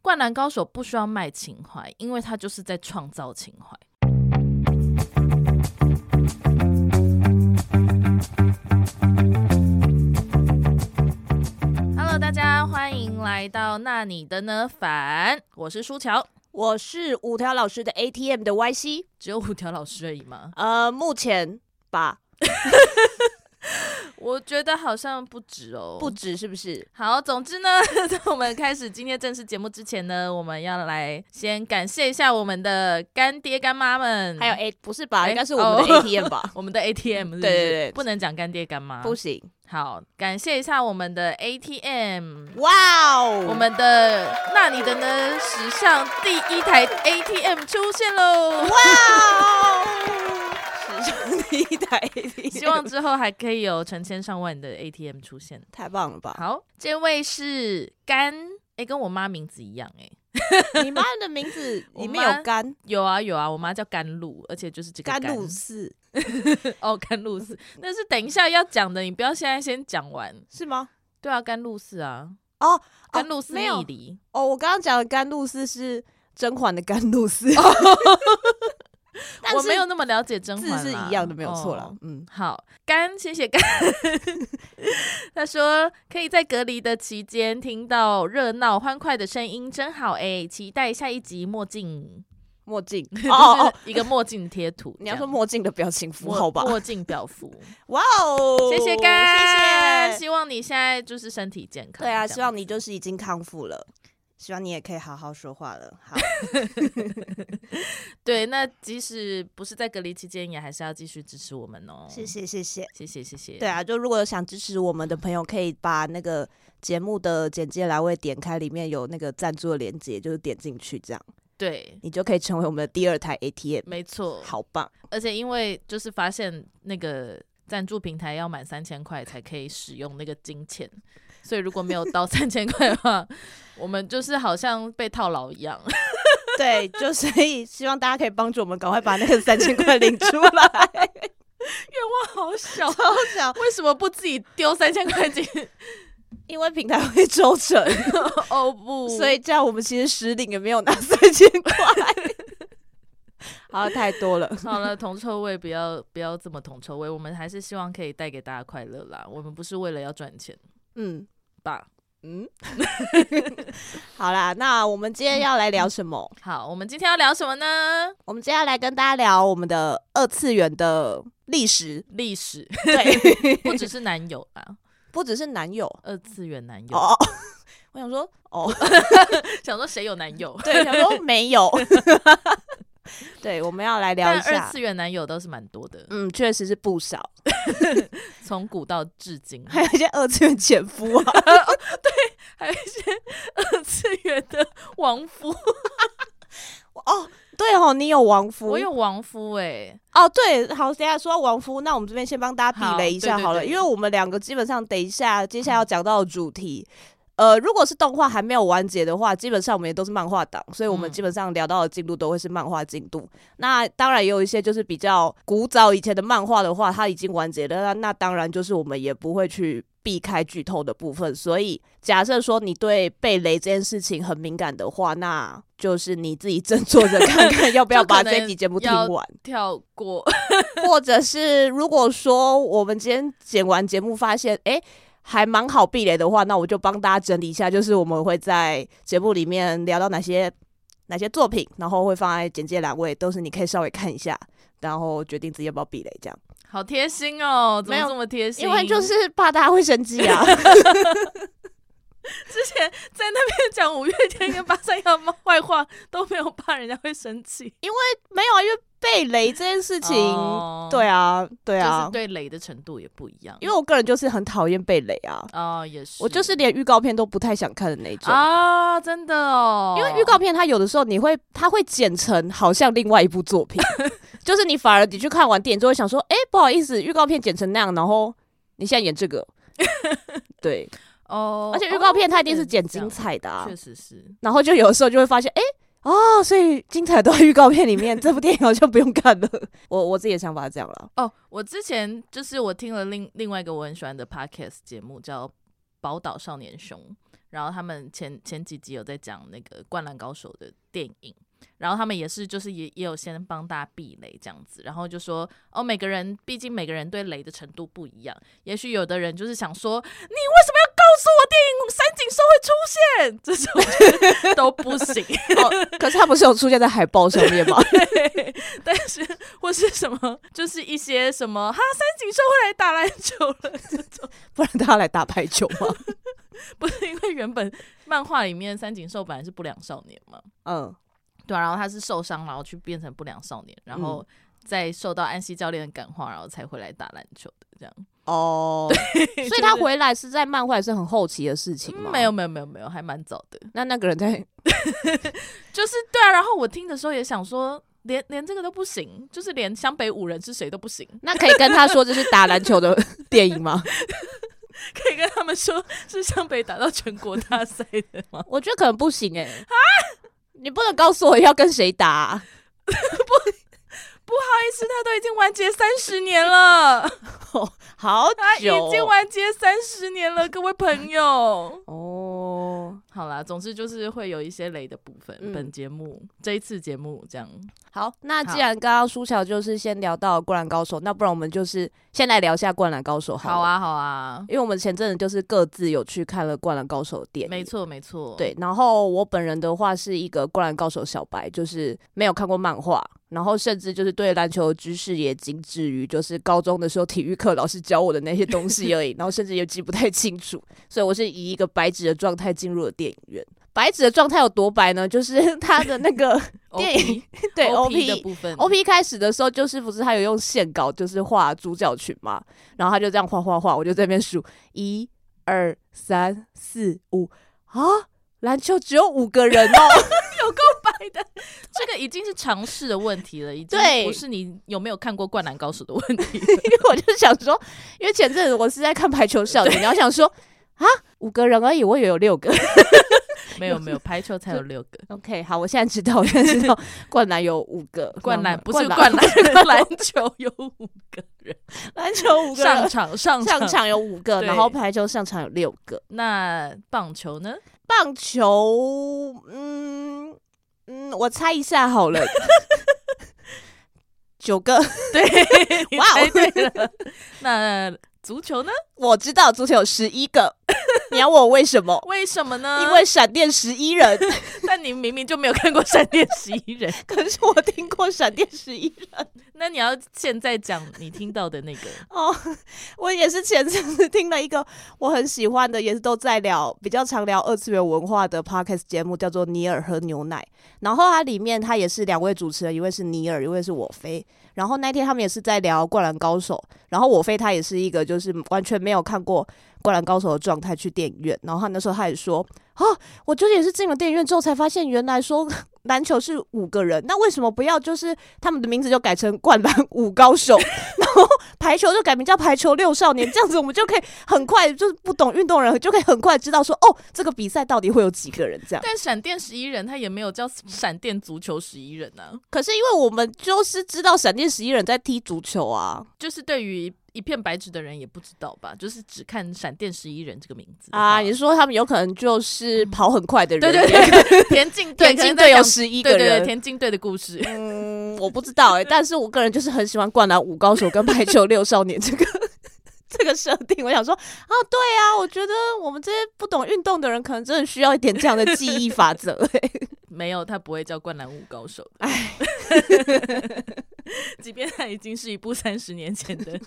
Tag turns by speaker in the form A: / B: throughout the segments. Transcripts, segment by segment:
A: 灌篮高手不需要卖情怀，因为他就是在创造情怀。Hello，大家欢迎来到那你的呢反，我是舒乔。
B: 我是五条老师的 ATM 的 YC，
A: 只有五条老师而已吗？
B: 呃，目前吧，
A: 我觉得好像不止哦，
B: 不止是不是？
A: 好，总之呢， 在我们开始今天正式节目之前呢，我们要来先感谢一下我们的干爹干妈们，
B: 还有 A 不是吧？
A: 哎
B: 应该是我们的
A: 哦
B: ATM 吧？
A: 我们的 ATM，是不是
B: 对对对
A: 不能讲干爹干妈。
B: 不行，
A: 好，感谢一下我们的 ATM，
B: 哇哦，
A: 我们的那你的呢，史上第一台 ATM 出现喽。
B: 哇哦，史上第一台 ATM，
A: 希望之后还可以有成千上万的 ATM 出现。
B: 太棒了吧？
A: 好，这位是干，哎、跟我妈名字一样、哎，
B: 你妈的名字
A: 我
B: 里面
A: 妈
B: 有甘
A: 有啊有啊，我妈叫甘露，而且就是这个
B: 甘
A: 甘
B: 露寺
A: 哦，甘露寺，那是等一下要讲的，你不要现在先讲完。
B: 是吗？
A: 对啊，甘露寺啊，
B: 哦，
A: 甘露寺
B: 没
A: 密
B: 有
A: 离，
B: 哦，我刚刚讲的甘露寺是甄嬛的甘露寺， 但
A: 哦我
B: 是
A: 没有那么了解甄嬛
B: 字
A: 啦，
B: 是一样的，没有错啦
A: 哦。
B: 嗯，
A: 好，甘，谢谢甘。 他说可以在隔离的期间听到热闹欢快的声音，真好哎、期待下一集墨镜，
B: 墨 镜
A: 就
B: 哦哦，
A: 是一个墨镜贴图这样。
B: 你要说墨镜的表情符
A: 墨
B: 号吧？
A: 墨镜表符，
B: 哇 哦，
A: 谢谢甘，
B: 谢谢。
A: 希望你现在就是身体健康。
B: 对啊，
A: 这样
B: 希望你就是已经康复了，希望你也可以好好说话了。好，
A: 对，那即使不是在隔离期间，也还是要继续支持我们哦。
B: 谢，谢谢谢。
A: 谢谢，谢谢。
B: 对，啊，就如果有想支持我们的朋友，可以把那个节目的简介栏位点开，里面有那个赞助的链接，就是点进去，这样
A: 对，
B: 你就可以成为我们的第二台 ATM。
A: 没错。，
B: 好棒！
A: 而且因为就是发现那个赞助平台要满三千块才可以使用那个金钱，所以如果没有 到三千块的话，我们就是好像被套牢一样。
B: 对，就所以希望大家可以帮助我们赶快把那个三千块领出来。
A: 愿望好小，
B: 超想，
A: 为什么不自己丢三千块进去？
B: 因为平台会抽成，
A: 哦 不，
B: 所以这样我们其实实领也没有拿三千块， 好太多了。
A: 好了，铜臭味不要不要这么铜臭味，我们还是希望可以带给大家快乐啦。我们不是为了要赚钱
B: 嗯
A: 吧？
B: 嗯，好啦，那我们今天要来聊什么？
A: 好，我们今天要聊什么呢？
B: 我们今天要来跟大家聊我们的二次元的历史。
A: 历 史，
B: 对，
A: 不只是男友啊，
B: 不只是男友
A: 二次元男友。
B: 哦，哦我想说哦，
A: 想说谁有男友？
B: 对，想说没有。 对，我们要来聊
A: 但
B: 一
A: 二
B: 下。
A: 次元男友都是蛮多的，
B: 嗯，确实是不少，
A: 从古到至今，
B: 还有一些二次元前夫啊，
A: 还有一些二次元 的亡夫。
B: 哦，对哦，你有亡夫，
A: 我有亡夫哎、
B: 哦，对，好，等一下说到王夫，那我们这边先帮大家避
A: 好
B: 雷一下
A: 对对
B: 好了，
A: 对嗯
B: 因为我们两个基本上等一下接下来要讲到的主题。呃，如果是动画还没有完结的话，基本上我们也都是漫画党，所以我们
A: 嗯
B: 基本上聊到的进度都会是漫画进度。那当然也有一些就是比较古早以前的漫画的话，它已经完结了，那那当然就是我们也不会去避开剧透的部分。所以假设说你对被雷这件事情很敏感的话，那就是你自己斟酌着 看看要不要
A: 就可
B: 把这
A: 能
B: 集节目听
A: 要
B: 完。
A: 跳过，
B: 或者是如果说我们今天剪完节目发现，哎、还蛮好避雷的话，那我就帮大家整理一下，就是我们会在节目里面聊到哪些哪些作品，然后会放在简介栏位，都是你可以稍微看一下，然后决定自己要不要避雷这样。
A: 好贴心哦，怎
B: 没
A: 么
B: 有
A: 这么贴心？
B: 因为就是怕大家会生气啊，
A: 之前在那边讲五月天跟八三幺坏话，都没有怕人家会生气。
B: 没有啊，因为被雷这件事情，
A: 哦
B: 对啊，对
A: 就
B: 啊
A: 是，对雷的程度也不一样。
B: 因为我个人就是很讨厌被雷啊，
A: 哦，也是，
B: 我就是连预告片都不太想看的那种。
A: 啊，真的哦，
B: 因为预告片它有的时候你会，它会剪成好像另外一部作 品，就是你反而你去看完电影就会想说，哎、不好意思，预告片剪成那样，然后你现在演这个， 对，
A: 哦，
B: 而且预告片它一定是剪
A: 哦
B: 精，彩的啊
A: 确，实是。
B: 然后就有的时候就会发现，哎、哦，所以精彩都在预告片里面，这部电影好像不用看了。我我自己的想法是这样了，
A: 哦，我之前就是我听了另另外一个我很喜欢的 podcast 节目叫《宝岛少年兄》，然后他们前前几集有在讲那个《灌篮高手》的电影，然后他们也是就是也也有先帮大家避雷这样子，然后就说哦，每个人毕竟每个人对雷的程度不一样，也许有的人就是想说，你为什么要告诉我电影三井寿会出现？ 这种就是都不行，
B: 哦，可是他不是有出现在海报上面吗？
A: 但是或是什么，就是一些什么哈，三井寿会来打篮球了，
B: 不然他来打排球吗？
A: 不是因为原本漫画里面三井寿本来是不良少年嘛，
B: 嗯，
A: 对啊、然后他是受伤，然后去变成不良少年，然后再受到安西教练的感化，然后才回来打篮球的这样。
B: 哦，所以他回来是在漫画也是很后期的事情
A: 嗯
B: 吗？
A: 没有，没有没有没有，还蛮早的。
B: 那那个人在
A: 就是对啊，然后我听的时候也想说，连连这个都不行，就是连湘北五人是谁都不行，
B: 那可以跟他说这是打篮球的电影吗？
A: 可以跟他们说是湘北打到全国大赛的 吗？
B: 我觉得可能不行哎、你不能告诉我要跟谁打啊、
A: 但是他都已经完结三十年 了，
B: 好
A: 他已
B: 久哦
A: 经完结三十年了，各位朋友。
B: 哦。
A: 好啦，总之就是会有一些雷的部分。
B: 嗯
A: 本节目这一次节目这样，
B: 好，那既
A: 好
B: 然刚刚苏乔就是先聊到《灌篮高手》，那不然我们就是先来聊一下《灌篮高手》好。
A: 好，啊，好啊，
B: 因为我们前阵子就是各自有去看了《灌篮高手》的电影，
A: 没错，没错，，
B: 对，然后我本人的话是一个《灌篮高手》小白，就是没有看过漫画，然后甚至就是对篮球的知识也仅止于就是高中的时候体育课老师教我的那些东西而已，然后甚至也记不太清楚，所以我是以一个白纸的状态进入了电影院。白纸的状态有多白呢？就是 他的那个电影对
A: OP,
B: OP
A: 的部分
B: O P 开始的时候，周师傅是他有用线稿，就是画主角群嘛，然后他就这样画画画，我就在那边数一、二、三、四、五啊，篮球只有五个人哦，
A: 这个已经是尝试的问题了，已经
B: 对
A: 不是你有没有看过《灌篮高手》的问 题。
B: 因为我就想说，因为前阵子我是在看排球少年，然后想说啊，五个人而已，我以为 有六个。
A: 没有没有，排球才有六个，
B: OK，好，我现在知道，我现 在知道灌篮有五个，
A: 灌篮
B: 然后
A: 不是灌篮，是篮球有五个人
B: 篮球五个
A: 上
B: 人。
A: 场上场。
B: 上场有五个，
A: 对
B: 然后排球上场有六个，
A: 那棒球呢？
B: 棒球，嗯嗯，我猜一下好 了，九个。
A: 你
B: 哇哦
A: 猜哎对了。那足球呢？
B: 我知道足球有十一个，你要问我为什么？
A: 为什么呢？
B: 因为闪电十一人，
A: 但你明明就没有看过《闪电十一人》，
B: 可是我听过闪电十一人
A: 那你要现在讲你听到的那个。
B: 哦。我也是前阵子听了一个我很喜欢的，也是都在聊比较常聊二次元文化的 podcast 节目，叫做《尼尔喝牛奶》。然后它里面它也是两位主持人，一位是尼尔，一位是我飞。然后那天他们也是在聊《灌篮高手》，然后我飞他也是一个就是完全没有看过《灌篮高手》的状态去电影院，然后他那时候他也说啊，我就是也是进了电影院之后才发现，原来说篮球是五个人，那为什么不要就是他们的名字就改成灌篮五高手， 然后排球就改名叫排球六少年，这样子我们就可以很快就是不懂运动人就可以很快知道说哦，这个比赛到底会有几个人这样。
A: 但闪电十一人他也没有叫闪电足球十一人啊，
B: 可是因为我们就是知道闪电十一人在踢足球啊
A: 就是对于一片白纸的人也不知道吧，就是只看闪电十一人这个名字的
B: 啊，
A: 话
B: 你说他们有可能就是跑很快的人，
A: 嗯对对， 对，田径队
B: 田
A: 可能
B: 径
A: 在
B: 队有
A: 讲
B: 十一
A: 对
B: 个
A: 对对
B: 人，
A: 田径队的故事，
B: 嗯，我不知道哎、 但是我个人就是很喜欢《灌篮五高手》跟《排球 六少年》这个这个设定。我想说，啊，对啊，我觉得我们这些不懂运动的人，可能真的需要一点这样的记忆法则、欸。
A: 没有他不会叫灌篮五高手的， 即便他已经是一部三十年前的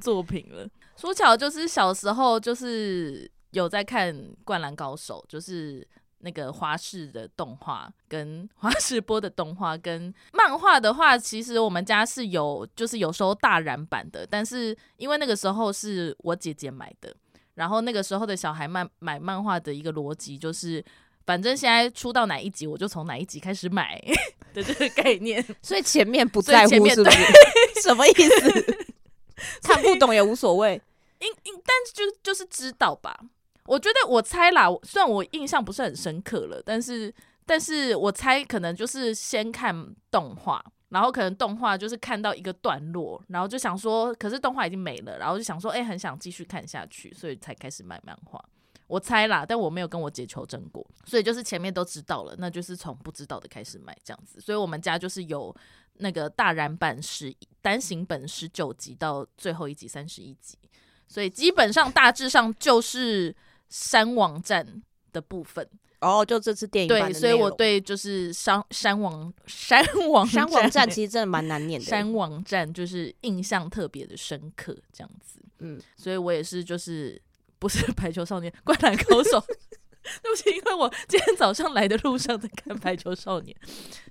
A: 作品了。说巧就是小时候就是有在看《灌篮高手》，就是那个花式的动画跟花式播的动画跟漫画的话，其实我们家是有就是有时候大染版的，但是因为那个时候是我姐姐买的，然后那个时候的小孩漫买漫画的一个逻辑就是。反正现在出到哪一集，我就从哪一集开始买 的这个概念。
B: 所以前面 不
A: 所以
B: 在
A: 前
B: 乎，
A: 面
B: 是不是？ 什么 意思？看不懂也无所谓。
A: 应应，但是就就是知道吧。我觉得我猜啦，我虽然我印象不是很深刻了，但是但是我猜可能就是先看动画，然后可能动画就是看到一个段落，然后就想说，可是动画已经没了，然后就想说，哎、很想继续看下去，所以才开始买漫画。我猜啦，但我没有跟我姐求证过，所以就是前面都知道了，那就是从不知道的开始买这样子。所以我们家就是有那个大染版十单行本十九集到最后一集三十一集，所以基本上大致上就是删网站的部分。
B: 然哦后就这次电影版
A: 对，
B: 的
A: 所以我
B: 内容
A: 对就是删删网删 网
B: 山王站
A: 欸
B: 其实真的蛮难念的。
A: 山网站就是印象特别的深刻，这样子，
B: 嗯，
A: 所以我也是就是不是 排球少年，灌篮高手。 对不起，因为我今天早上来的路上在看《排球少年》，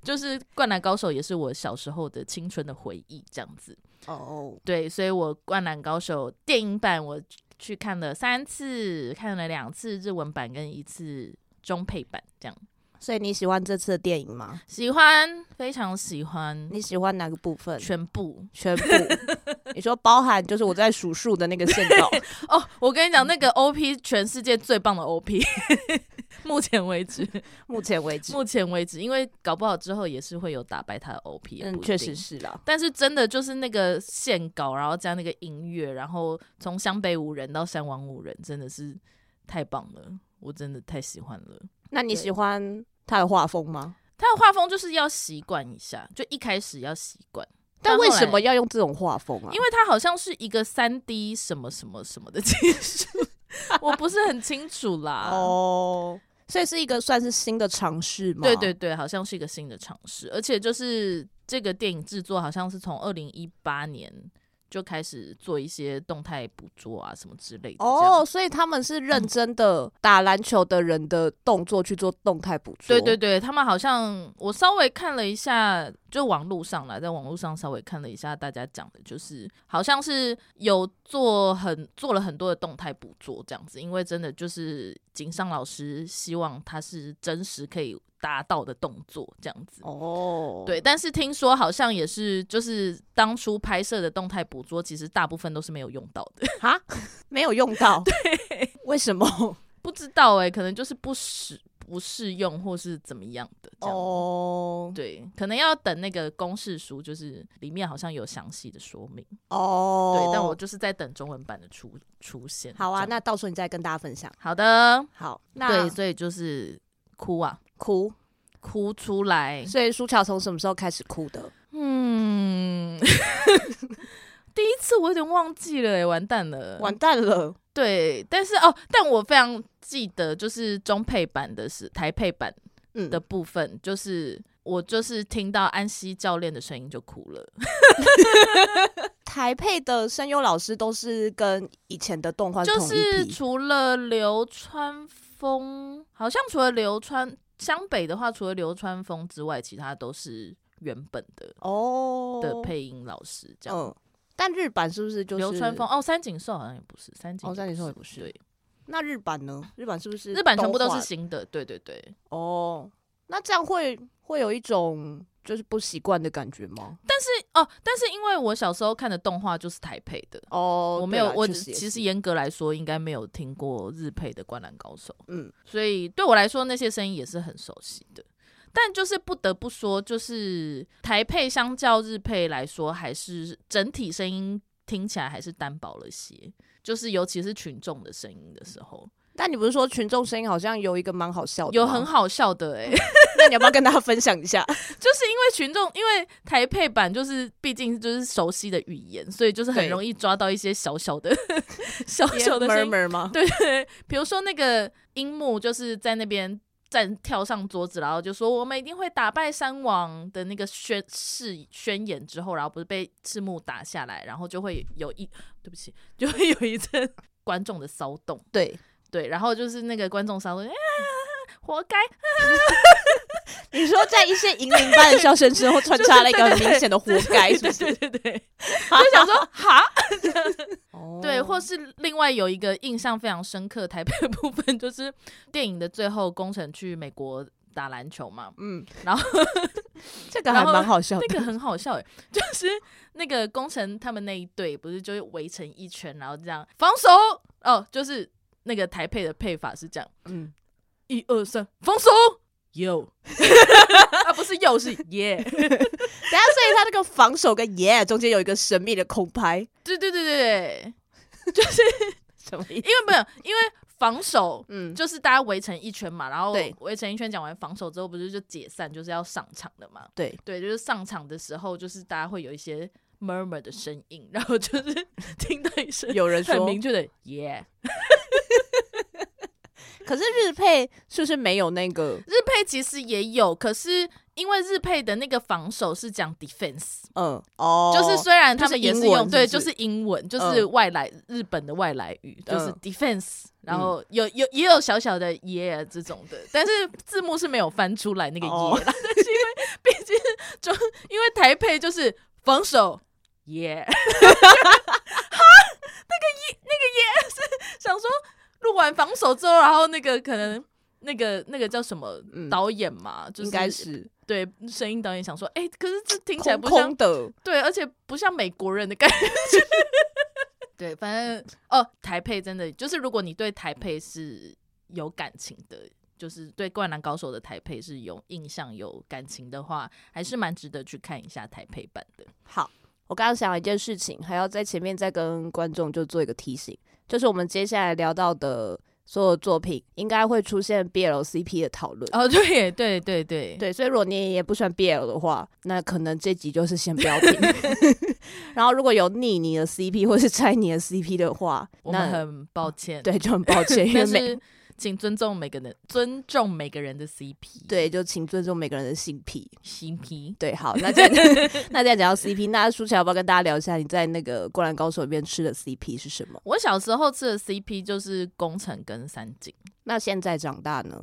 A: 就是《灌篮高手》，也是我小时候的青春的回忆，这样子。
B: 哦，
A: 对，所以我《灌篮高手》电影版我去看了三次，看了两次日文版跟一次中配版，这样
B: 所以你喜欢这次的电影吗？
A: 喜欢，非常喜欢，
B: 你喜欢哪个部分？
A: 嗯全部。
B: 全部？ 你说包含就是我在数数的那个线稿，
A: 哦，我跟你讲，那
B: 嗯
A: 个 OP 全世界最棒的 OP，目前为 止，
B: 目前为止，
A: 目前为止，因为搞不好之后也是会有打败他的 OP，也不
B: 嗯，
A: 一
B: 确实
A: 定。
B: 是啦。
A: 但是真的就是那个线稿，然后加那个音乐，然后从湘北五人到山王五人，真的是太棒了，我真的太喜欢了。
B: 那你
A: 对
B: 喜欢他的画风吗？
A: 他的画风就是要习惯一下，就一开始要习惯。
B: 但
A: 后
B: 为什
A: 来
B: 么要用这种画风啊？
A: 因为它好像是一个三 D 什么什么什么的技术， 我不是很清楚啦。
B: 哦，所以是一个算是新的尝试嘛？
A: 对对对，好像是一个新的尝试，而且就是这个电影制作好像是从二零一八年就开始做一些动态捕捉啊什么之类的。
B: 哦，，所以他们是认真的打篮球的人的动作去做动态捕捉。
A: 对对对，他们好像我稍微看了一下，就网络上啦，在网络上稍微看了一下大家讲的，就是好像是有做很做了很多的动态捕捉这样子，因为真的就是井上老师希望他是真实可以达到的动作这样子。
B: 哦，
A: 对，但是听说好像也是，就是当初拍摄的动态捕捉，其实大部分都是没有用到的。
B: 哈，没有用 到，对，为什么？
A: 不知道哎、可能就是不适不适用，或是怎么样的这样。
B: 哦
A: 对，可能要等那个公示书，就是里面好像有详细的说明。
B: 哦，
A: 对，但我就是在等中文版的出出现。
B: 好啊，
A: 这样
B: 那到时候你再跟大家分享。
A: 好的，
B: 好，那
A: 对，所以就是哭啊，
B: 哭，
A: 哭出来。
B: 所以舒乔从什么时候开始哭的？
A: 嗯， 第一次我有点忘记了、欸，完蛋了，
B: 呃完蛋了，
A: 对，但是哦，但我非常记得，就是中配版的是台配版
B: 嗯
A: 的部分，就是我就是听到安西教练的声音就哭了。
B: 台配的声优老师都是跟以前的动画
A: 就
B: 同
A: 是
B: 一批
A: 除了流川枫，好像除了流川湘北的话，除了流川枫之外，其他都是原本的
B: 哦
A: 的配音老师这样。
B: 嗯，但日版是不是就是
A: 流川枫？哦，山井寿好像也不是，山井
B: 哦山井寿也
A: 不
B: 不是
A: 对，
B: 那日版呢？日版是不是
A: 日版全部都
B: 动
A: 是
B: 画
A: 新的，对对对。
B: 哦？那这样会会有一种就是不习惯的感觉吗？
A: 哦，但是因为我小时候看的动画就是台配的，
B: 哦，
A: 我没
B: 对
A: 有，
B: 啦
A: 我
B: 确
A: 只
B: 也
A: 其
B: 是
A: 实严格来说，应该没有听过日配的《灌篮高手》，
B: 嗯，
A: 所以对我来说，那些声音也是很熟悉的。但就是不得不说，就是台配相较日配来说，还是整体声音听起来还是单薄了些，就是尤其是群众的声音的时候，
B: 但你不是说群众声音好像有一个蛮好笑的，
A: 有很，好笑的诶、
B: 那你要不要跟大家分享一 下？
A: 就是因为群众，因为台配版就是毕竟就是熟悉的语言，所以就是很
B: 对
A: 容易抓到一些小小的 小小的声音。
B: murmur 吗？
A: 对对，对比如说那个樱木就是在那边站跳上桌子，然后就说我们一定会打败山王的那个宣誓宣言之后，然后不是被赤木打下来，然后就会有一对不起，就会有一阵观众的骚动，
B: 对，
A: 对，然后就是那个观众骚动，啊，活该，
B: 你说在一些银铃般的笑声之后，穿插了一 个很明显的“活该”，是
A: 对
B: 不是？
A: 对对对，
B: 就想说，
A: 好。
B: 哦
A: 对，或是另外有一个印象非常深刻台北的部分，就是电影的最后，工程去美国打篮球嘛，
B: 嗯，
A: 然后
B: 这个还蛮好笑的
A: 那。个很好笑诶，欸就是那个工程他们那一队不是就会围成一圈，然后这样防守哦，就是那个台配的配法是这样，
B: 嗯，
A: 一二三，防守。有 啊，不是又是耶
B: 等一下，所以他那个防守跟“耶”中间有一个神秘的空拍，
A: 对对对对对，
B: 什么意
A: 因为没有，因为防守
B: 嗯，
A: 就是大家围成一圈嘛，然后
B: 对
A: 围成一圈讲完防守之后，不是就解散，就是要上场的嘛。
B: 对，
A: 对，就是上场的时候，就是大家会有一些 murmur 的声音，然后就是 听到一声
B: 有人
A: 很
B: 说，
A: 明确的耶。
B: 可是日配是不是没有那个？
A: 日配其实也有，可是因为日配的那个防守是讲 defense，、
B: 嗯，哦，
A: 就是虽然他
B: 就是
A: 们也
B: 英
A: 用
B: 文
A: 对，
B: 是
A: 就
B: 不是嗯
A: 是英文，就是外来、日本的外来语，就是 defense，、然后有有也有小小的耶这种的，但是字幕是没有翻出来那个耶啦，
B: 哦
A: 但 是因为毕竟就因为台配就是防守耶， 哈，那个耶那个耶是想说录完防守之后，然后那个可能。那个那个叫什么
B: 嗯
A: 导演嘛，就是
B: 应该是
A: 对声音导演想说，哎、可是这听起来
B: 空
A: 不像
B: 空的，
A: 对，而且不像美国人的感觉。 对，反正哦，台配真的就是，如果你对台配是有感情的，就是对《灌篮高手》的台配是有印象、有感情的话，还是蛮值得去看一下台配版的。
B: 好，我刚刚想了一件事情，还要在前面再跟观众就做一个提醒，就是我们接下来聊到的所有作品，应该会出现 BL CP 的讨论。
A: 哦，对耶，对对对，
B: 对，所以如果你也不喜欢 BL 的话，那可能这集就是先不 要听。然后如果有逆你的 CP 或是拆你的 CP 的话，
A: 我们
B: 那
A: 很抱歉，
B: 对就很抱歉，因 为
A: 但
B: 每
A: 是请尊重每个人，尊重每个人的 CP，
B: 对就请尊重每个人的性癖。
A: ，CP。
B: 对，好，那 这样那这样讲到 CP，那舒淇要不要跟大家聊一下你在那个《灌篮高手》里面吃的 CP 是什么？
A: 我小时候吃的 CP 就是宫城跟三井。
B: 那现在长大呢？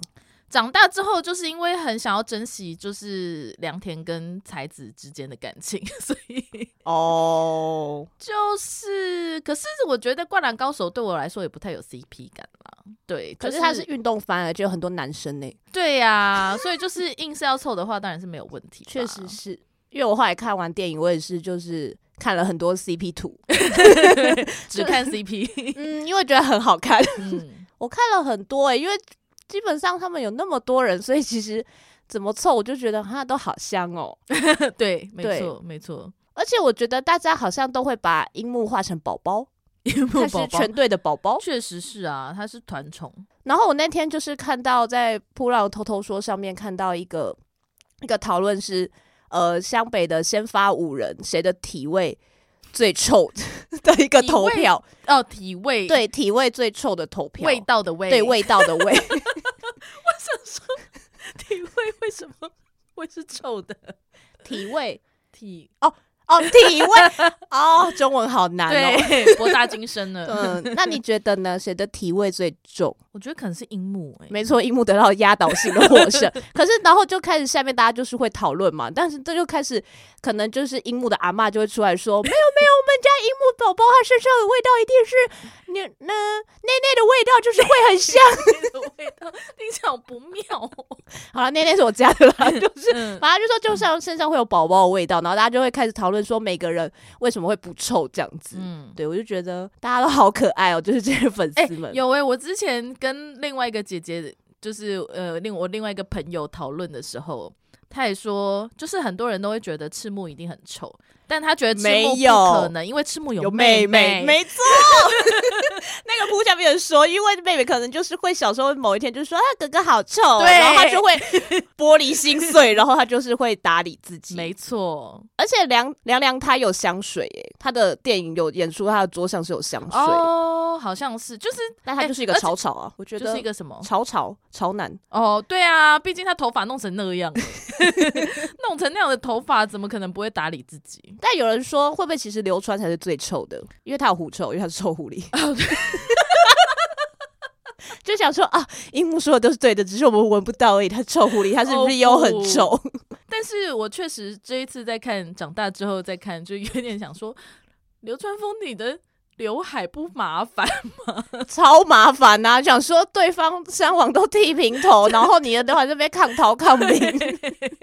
A: 长大之后，就是因为很想要珍惜，就是良田跟才子之间的感情， 所以
B: 哦、
A: 就是，可是我觉得《灌篮高手》对我来说也不太有 CP 感啦。对，
B: 可
A: 就是
B: 他是运动番，而且有很多男生呢、
A: 对呀、所以就是硬是要凑的话，当然是没有问题吧。
B: 确实是因为我后来看完电影，我也是就是看了很多 CP 图，
A: 只看 CP，
B: 嗯，因为觉得很好 看，
A: 嗯，
B: 我看了很多哎、因为基本上他们有那么多人，所以其实怎么凑，我就觉得哈都好香哦、
A: 对，没
B: 对
A: 错，没错。
B: 而且我觉得大家好像都会把樱木画成宝 宝，
A: 樱木宝
B: 他是
A: 宝
B: 全队的宝宝。
A: 确实是啊，他是团宠，
B: 然后我那天就是看到在扑浪偷偷说上面看到一个一个讨论是，呃，湘北的先发五人谁的体味最臭的一个
A: 体
B: 投
A: 味
B: 票，
A: 哦，体味，
B: 对，体味最臭的投票，
A: 味道的味，
B: 对味道的味，
A: 体味为什么会是臭的？
B: 体味
A: 体
B: 哦，体味 哦，中文好难哦。
A: 对，博大精深了。
B: 嗯，那你觉得呢？谁的体味最重？
A: 我觉得可能是樱木哎、
B: 没错，樱木得到压倒性的获 胜。可是，然后就开始下面大家就是会讨论嘛，但是这就开始可能就是樱木的阿嬷就会出来说：“没有没有，我们家樱木宝宝他身上的味道一定是你那内内的味道，就是会 很香。
A: 的味道听起来好不妙、哦。”
B: 好了，内内是我家的啦， 就是。
A: 嗯，
B: 反正就说，就像身上会有宝宝的味道，然后大家就会开始讨论说，每个人为什么会不臭这样子。
A: 嗯
B: 对我就觉得大家都好可爱哦，就是这些粉
A: 哎、
B: 丝们。
A: 有哎、我之前跟另外一个姐姐，就是呃，另我另外一个朋友讨论的时候，她也说，就是很多人都会觉得赤木一定很臭，但她觉得赤木
B: 没
A: 不
B: 有
A: 可能，因为赤木有
B: 妹
A: 妹。
B: 没错。 那个扑下面人说，因为妹妹可能就是会小时候某一天就说啊哥哥好臭哦，
A: 对
B: 然后她 就会玻璃心碎，然后她就是会打理自己。
A: 没错
B: 而且凉凉凉她有香水耶，她的电影有演出，她的桌上是有香水，
A: 哦，好像是，就是
B: 但她就是一个
A: 哎而且
B: 潮潮啊，我觉
A: 就是
B: 得
A: 一个什么
B: 潮潮潮男，
A: 哦，对啊，毕竟她头发弄成那样， 弄成那样的头发，怎么可能不会打理自己？
B: 但有人说会不会其实流川才是最臭的，因为他有狐臭，因为他是臭狐狸。 就想说啊，樱木说的都是对的，只是我们闻不到而已。他是臭狐狸，他是
A: 哦
B: Rio
A: 不
B: 很臭。
A: 但是我确实这一次在看，长大之后再看，就有点想说，流川枫你的刘海不麻烦，
B: 超麻烦呐、想说对方山王都剃平头，然后你的刘海这边抗逃抗命。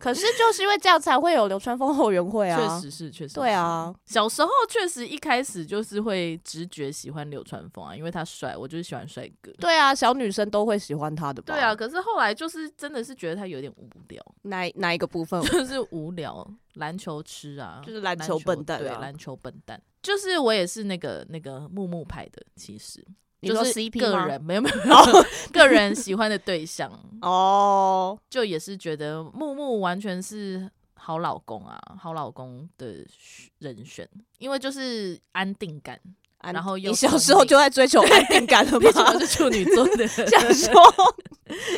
B: 可是就是因为这样才会有流川枫后援会
A: 确、
B: 啊，
A: 实是，确实是
B: 对，啊，
A: 小时候确实一开始就是会直觉喜欢流川枫啊，因为他帅，我就是喜欢帅哥。
B: 对啊，小女生都会喜欢他的吧？
A: 对啊，，可是后来就是真的是觉得他有点无聊，
B: 哪哪一个部分？
A: 就是无聊，篮球痴啊，
B: 就是篮球笨蛋啊
A: 对，篮球笨蛋。就是我也是那个那个木木派的，其实
B: 你
A: 就
B: 说
A: 是
B: CP
A: 个
B: 吗
A: 人没有没有没有个人喜欢的对象，
B: 哦，
A: 就也是觉得木木完全是好老公啊，好老公的选人选，因为就是安定 感，
B: 安
A: 然后又
B: 啊你小
A: 聪
B: 时候
A: 明
B: 就在追求安定感了
A: 毕竟
B: 吗，
A: 我？是处女座的
B: 小时候，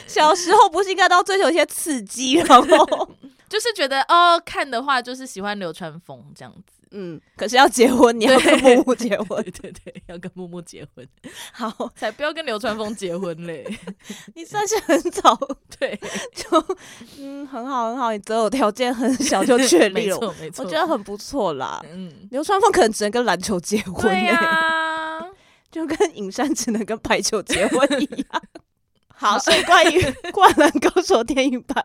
B: 小时候不是应该都要追求一些刺激，然后
A: 就是觉得哦，看的话就是喜欢流川枫这样子。
B: 嗯，可是要结婚，你要跟木木结婚
A: 对，对对，要跟木木结婚，
B: 好，
A: 才不要跟流川枫结婚 嘞。
B: 你算是很早
A: 对，
B: 就，嗯，很好很好，你择偶条件很小就确立
A: 没
B: 了，
A: 错没错，
B: 我觉得很不错啦。
A: 嗯，
B: 流川枫可能只能跟篮球结婚、
A: 对
B: 欸，
A: 呀、
B: 就跟尹山只能跟排球结婚一 样。好，所以关于《灌篮高手》电影版，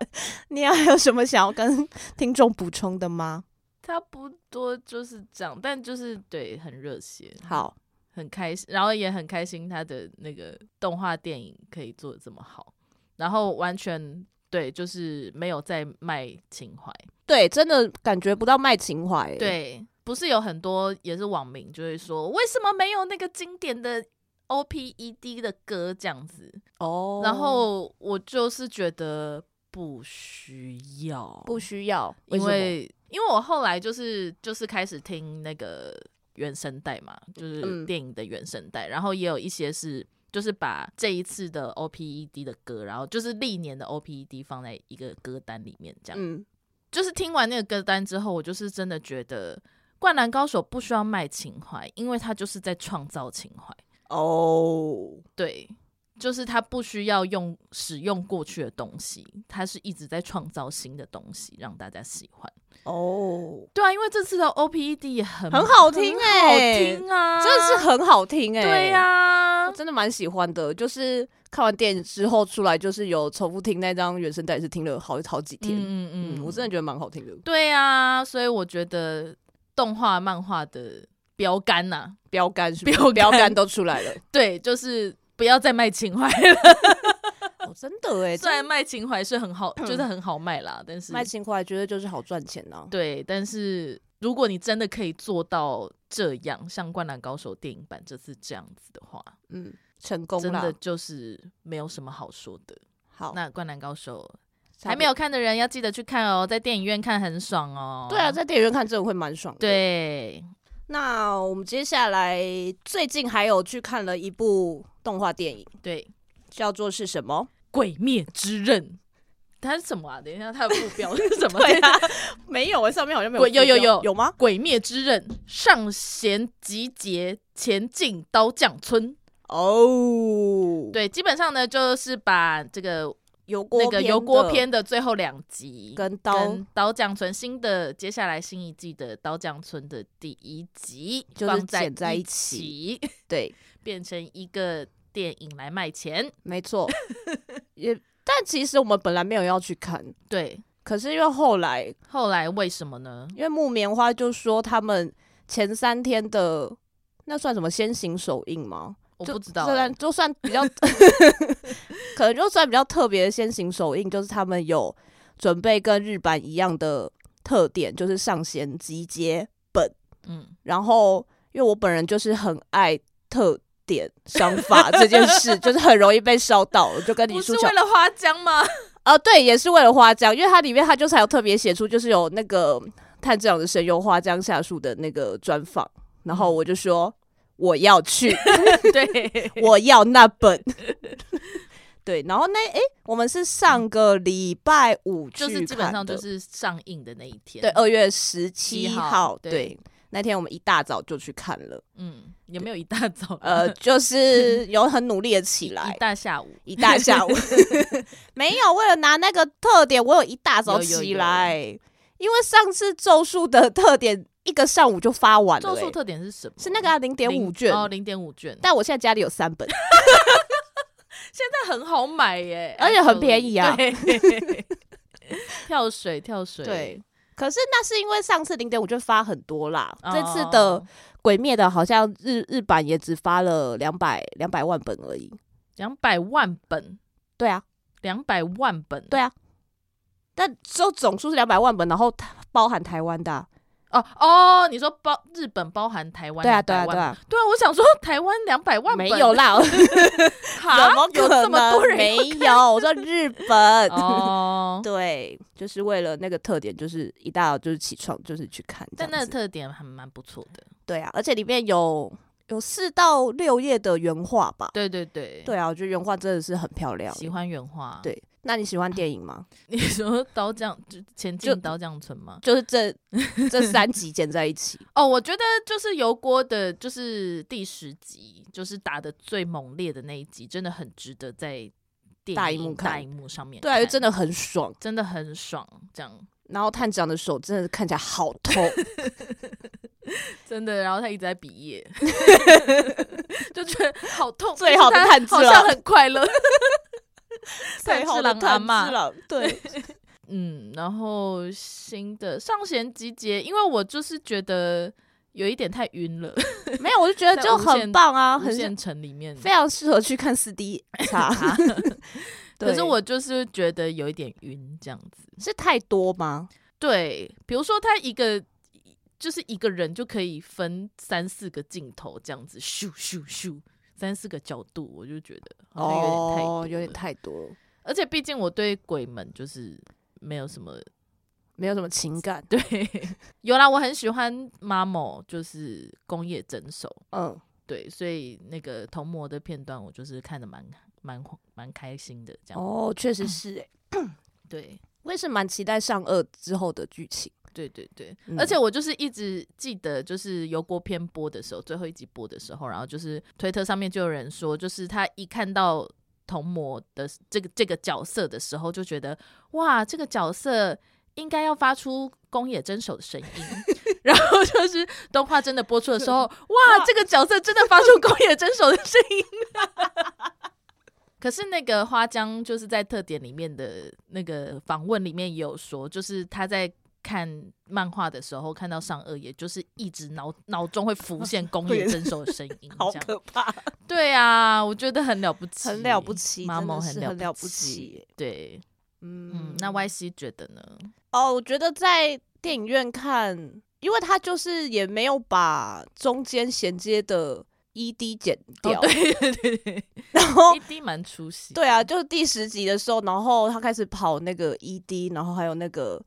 B: 你还有什么想要跟听众补充的吗？
A: 差不多就是这样，但就是对，很热血，
B: 好，
A: 很开心，然后也很开心他的那个动画电影可以做的这么好，然后完全对，就是没有在卖情怀，
B: 对，真的感觉不到卖情怀、欸，，
A: 对，不是有很多也是网民就会说，为什么没有那个经典的 O P E D 的歌这样子？
B: 哦
A: 然后我就是觉得不需要，
B: 不需要，
A: 因
B: 什么
A: 为因为我后来就是就是开始听那个原声带嘛，就是
B: 嗯
A: 电影的原声带，然后也有一些是就是把这一次的 O P E D 的歌，然后就是历年的 O P E D 放在一个歌单里面，这样、
B: 嗯，
A: 就是听完那个歌单之后，我就是真的觉得《灌篮高手》不需要卖情怀，因为他就是在创造情怀。
B: 哦，
A: 对，就是他不需要用使用过去的东西，他是一直在创造新的东西让大家喜欢。
B: 哦，
A: 对啊，因为这次的 OPED 也很
B: 很好听欸
A: 很好听啊，
B: 真的是很好听、欸，
A: 对啊呀、、
B: 我真的蛮喜欢的，就是看完电影之后出来，就是有重复听那张原声带，也是听了好好几天。
A: 嗯
B: 嗯我真的觉得蛮好听的。
A: 对啊，所以我觉得动画漫画的标杆呐、
B: 标杆是不是
A: 标杆
B: 标杆都出来了，
A: 对，就是。不要再卖情怀了，
B: 哦，哎真的 哎，
A: 虽
B: 这
A: 然卖情怀是很 好，就是很好卖啦，但是
B: 卖情怀觉得就是好赚钱啊呐、
A: 对，但是如果你真的可以做到这样，像《灌篮高手》电影版这次这样子的话，
B: 嗯，成功
A: 真的
B: 了。
A: 就是没有什么好说的。
B: 好，
A: 那《灌篮高手》
B: 差不多啊
A: 还没有看的人要记得去看哦，在电影院看很爽哦。
B: 对啊，在电影院看真的会蛮爽的。，
A: 对，
B: 那我们接下来最近还有去看了一部动画电影，
A: 对，《
B: 叫做是什么？
A: 鬼灭之刃》它是什么啊？等一下，它的副标是什 么？
B: 对啊，没有哎，上面好像没有
A: 鬼有
B: 有
A: 有有
B: 有吗？
A: 鬼灭之刃》上弦集结前进刀匠村。
B: 哦，，
A: 对，基本上呢，就是把这个
B: 油锅
A: 那个
B: 的
A: 油锅篇的最后两集
B: 跟刀
A: 跟刀匠村新的接下来新一季的刀匠村的第一集
B: 就是
A: 放在
B: 剪在
A: 一
B: 一起对，
A: 变成一个电影来卖钱。
B: 没 错，也但其实我们本来没有要去看，
A: 对，
B: 可是因为后来
A: 后来为什么呢？
B: 因为木棉花就说他们前三天的那算什么先行首映吗？
A: 我
B: 就
A: 不知道
B: 就
A: 欸、
B: 算就算 比较，可能就算比较特别的先行首映，就是他们有准备跟日版一样的特点，就是上弦集结。
A: 嗯，
B: 然后因为我本人就是很爱特点 想法这件事，就是很容易被烧到，我就跟
A: 不
B: 你
A: 是
B: 说巧
A: 为了花江 吗？
B: 呃，对，也是为了花江，因为它里面它就是还有特别写出，就是有那个炭治郎的神游花江下树的那个专访，然后我就说我要 去，
A: 对，
B: 我要那本。 对，然后那诶，我们是上个礼拜五去
A: 就是基本
B: 看
A: 上
B: 的
A: 就是上映的那一天。
B: 对，二月十七
A: 7号
B: 号，
A: 对
B: 对，那天我们一大早就去看 了，
A: 嗯，有没有一大早？
B: 呃，就是有很努力的起来
A: 一，大下午。
B: 一大 下午，没有为了拿那个特点，我有一大早
A: 有有
B: 起
A: 有
B: 来，因为上次咒术的特点一个上午就发完了、
A: 咒
B: 欸，
A: 术特点是什么？
B: 是那个啊零点五
A: 零
B: 卷，
A: 哦，零点五卷，
B: 但我现在家里有三本，
A: 但很好买耶，
B: 而且很便宜啊
A: actually。对跳水，跳水，
B: 对。可是那是因为上次零点五卷发很多啦，
A: 哦，
B: 这次的《鬼灭》的好像日日版也只发了两百两百万本而已。
A: 两百万本，
B: 对啊，
A: 两百万本，
B: 对啊，但就总数是两百万本，然后它包含台湾的啊、
A: 哦哦，你说包日本包含台湾
B: 对啊，
A: 200
B: 对啊，
A: 万
B: 对啊，
A: 对啊，我想说台湾两百万本
B: 没有，啦，
A: 哈
B: 怎么
A: 啊有
B: 可能？
A: 这么多人
B: 没有，我说日本。。
A: 哦
B: 对，就是为了那个特点，就是一大早就是起床就是去看这
A: 但那个
B: 样子。
A: 特点还蛮不错的，
B: 对啊，而且里面有有四到六页的原画吧。
A: 对对对，
B: 对啊，我觉得原画真的是很漂亮。
A: 喜。欢原画。，
B: 对，那你喜欢电 影吗？
A: 你说刀匠就前
B: 就
A: 进刀匠村吗？
B: 就是这 这三集剪在一起，
A: 哦，我觉得就是油锅的，就是第十集，就是打的最猛烈的那一集，真的很值得在电影
B: 大荧幕看
A: 大荧幕上面
B: 对啊，就
A: 看
B: 真的很爽。
A: 真的很爽，这样
B: 然后探长的手真的看起来好 痛，
A: 真的。然后他一直在比耶， 就觉得好痛，
B: 最好的
A: 但是他
B: 炭治
A: 好像
B: 郎
A: 很快乐。
B: 最好的
A: 炭治郎阿
B: 探
A: 嬷
B: 治郎，对，
A: 嗯，然后新的上弦集结，因为我就是觉得有一点太晕了，
B: 没有，我就觉得
A: 在
B: 就
A: 无
B: 很
A: 限
B: 棒啊，
A: 无
B: 很
A: 限城里面。
B: 非常适合去看四 D 茶。
A: 可是
B: 对
A: 我就是觉得有一点晕，这样子。
B: 是太多吗？
A: 对，比如说他一个就是一个人就可以分三四个镜头这样子，咻咻咻，三四个角度，我就觉得好像有点太多
B: 哦，有点
A: 了。
B: 太多了，
A: 而且毕竟我对鬼门就是没有什么
B: 没有什么情感。
A: 对，有啦，我很喜欢 Mamo，就是工业整手，
B: 嗯，
A: 对，所以那个童模的片段我就是看的蛮蛮蛮开心的这样。
B: 哦，确实是诶、
A: 对
B: 我也是蛮期待上二之后的剧情。
A: 对对对，
B: 嗯
A: 而且我就是一直记得，就是油锅篇播的时候，最后一集播的时候，然后就是推特上面就有人说，就是他一看到童魔的这个这个角色的时候，就觉得哇，这个角色应该要发出宫野真守的声音。然后就是动画真的播出的时候，哇，这个角色真的发出宫野真守的声音。 可是那个花江就是在特点里面的那个访问里面也有说，就是他在看漫画的时候看到上颚，也就是一直脑脑中会浮现宫野真守的声 音，
B: 好
A: 这样。
B: 可怕，
A: 对啊，我觉得很了不起，
B: 很了不起，
A: 妈
B: 真
A: 妈
B: 的
A: 很
B: 是
A: 了
B: 很了
A: 不
B: 不
A: 起
B: 起。欸
A: 对，嗯
B: 嗯，
A: 那 Y C 觉得呢？
B: 哦，我觉得在电影院看，因为它就是也没有把中间衔接的 ED 剪 掉，
A: 哦、对对对对，
B: 然后
A: 一滴蛮出息。
B: 对啊，，就是第十集的时候，然后他开始跑那个 ED，然后还有那个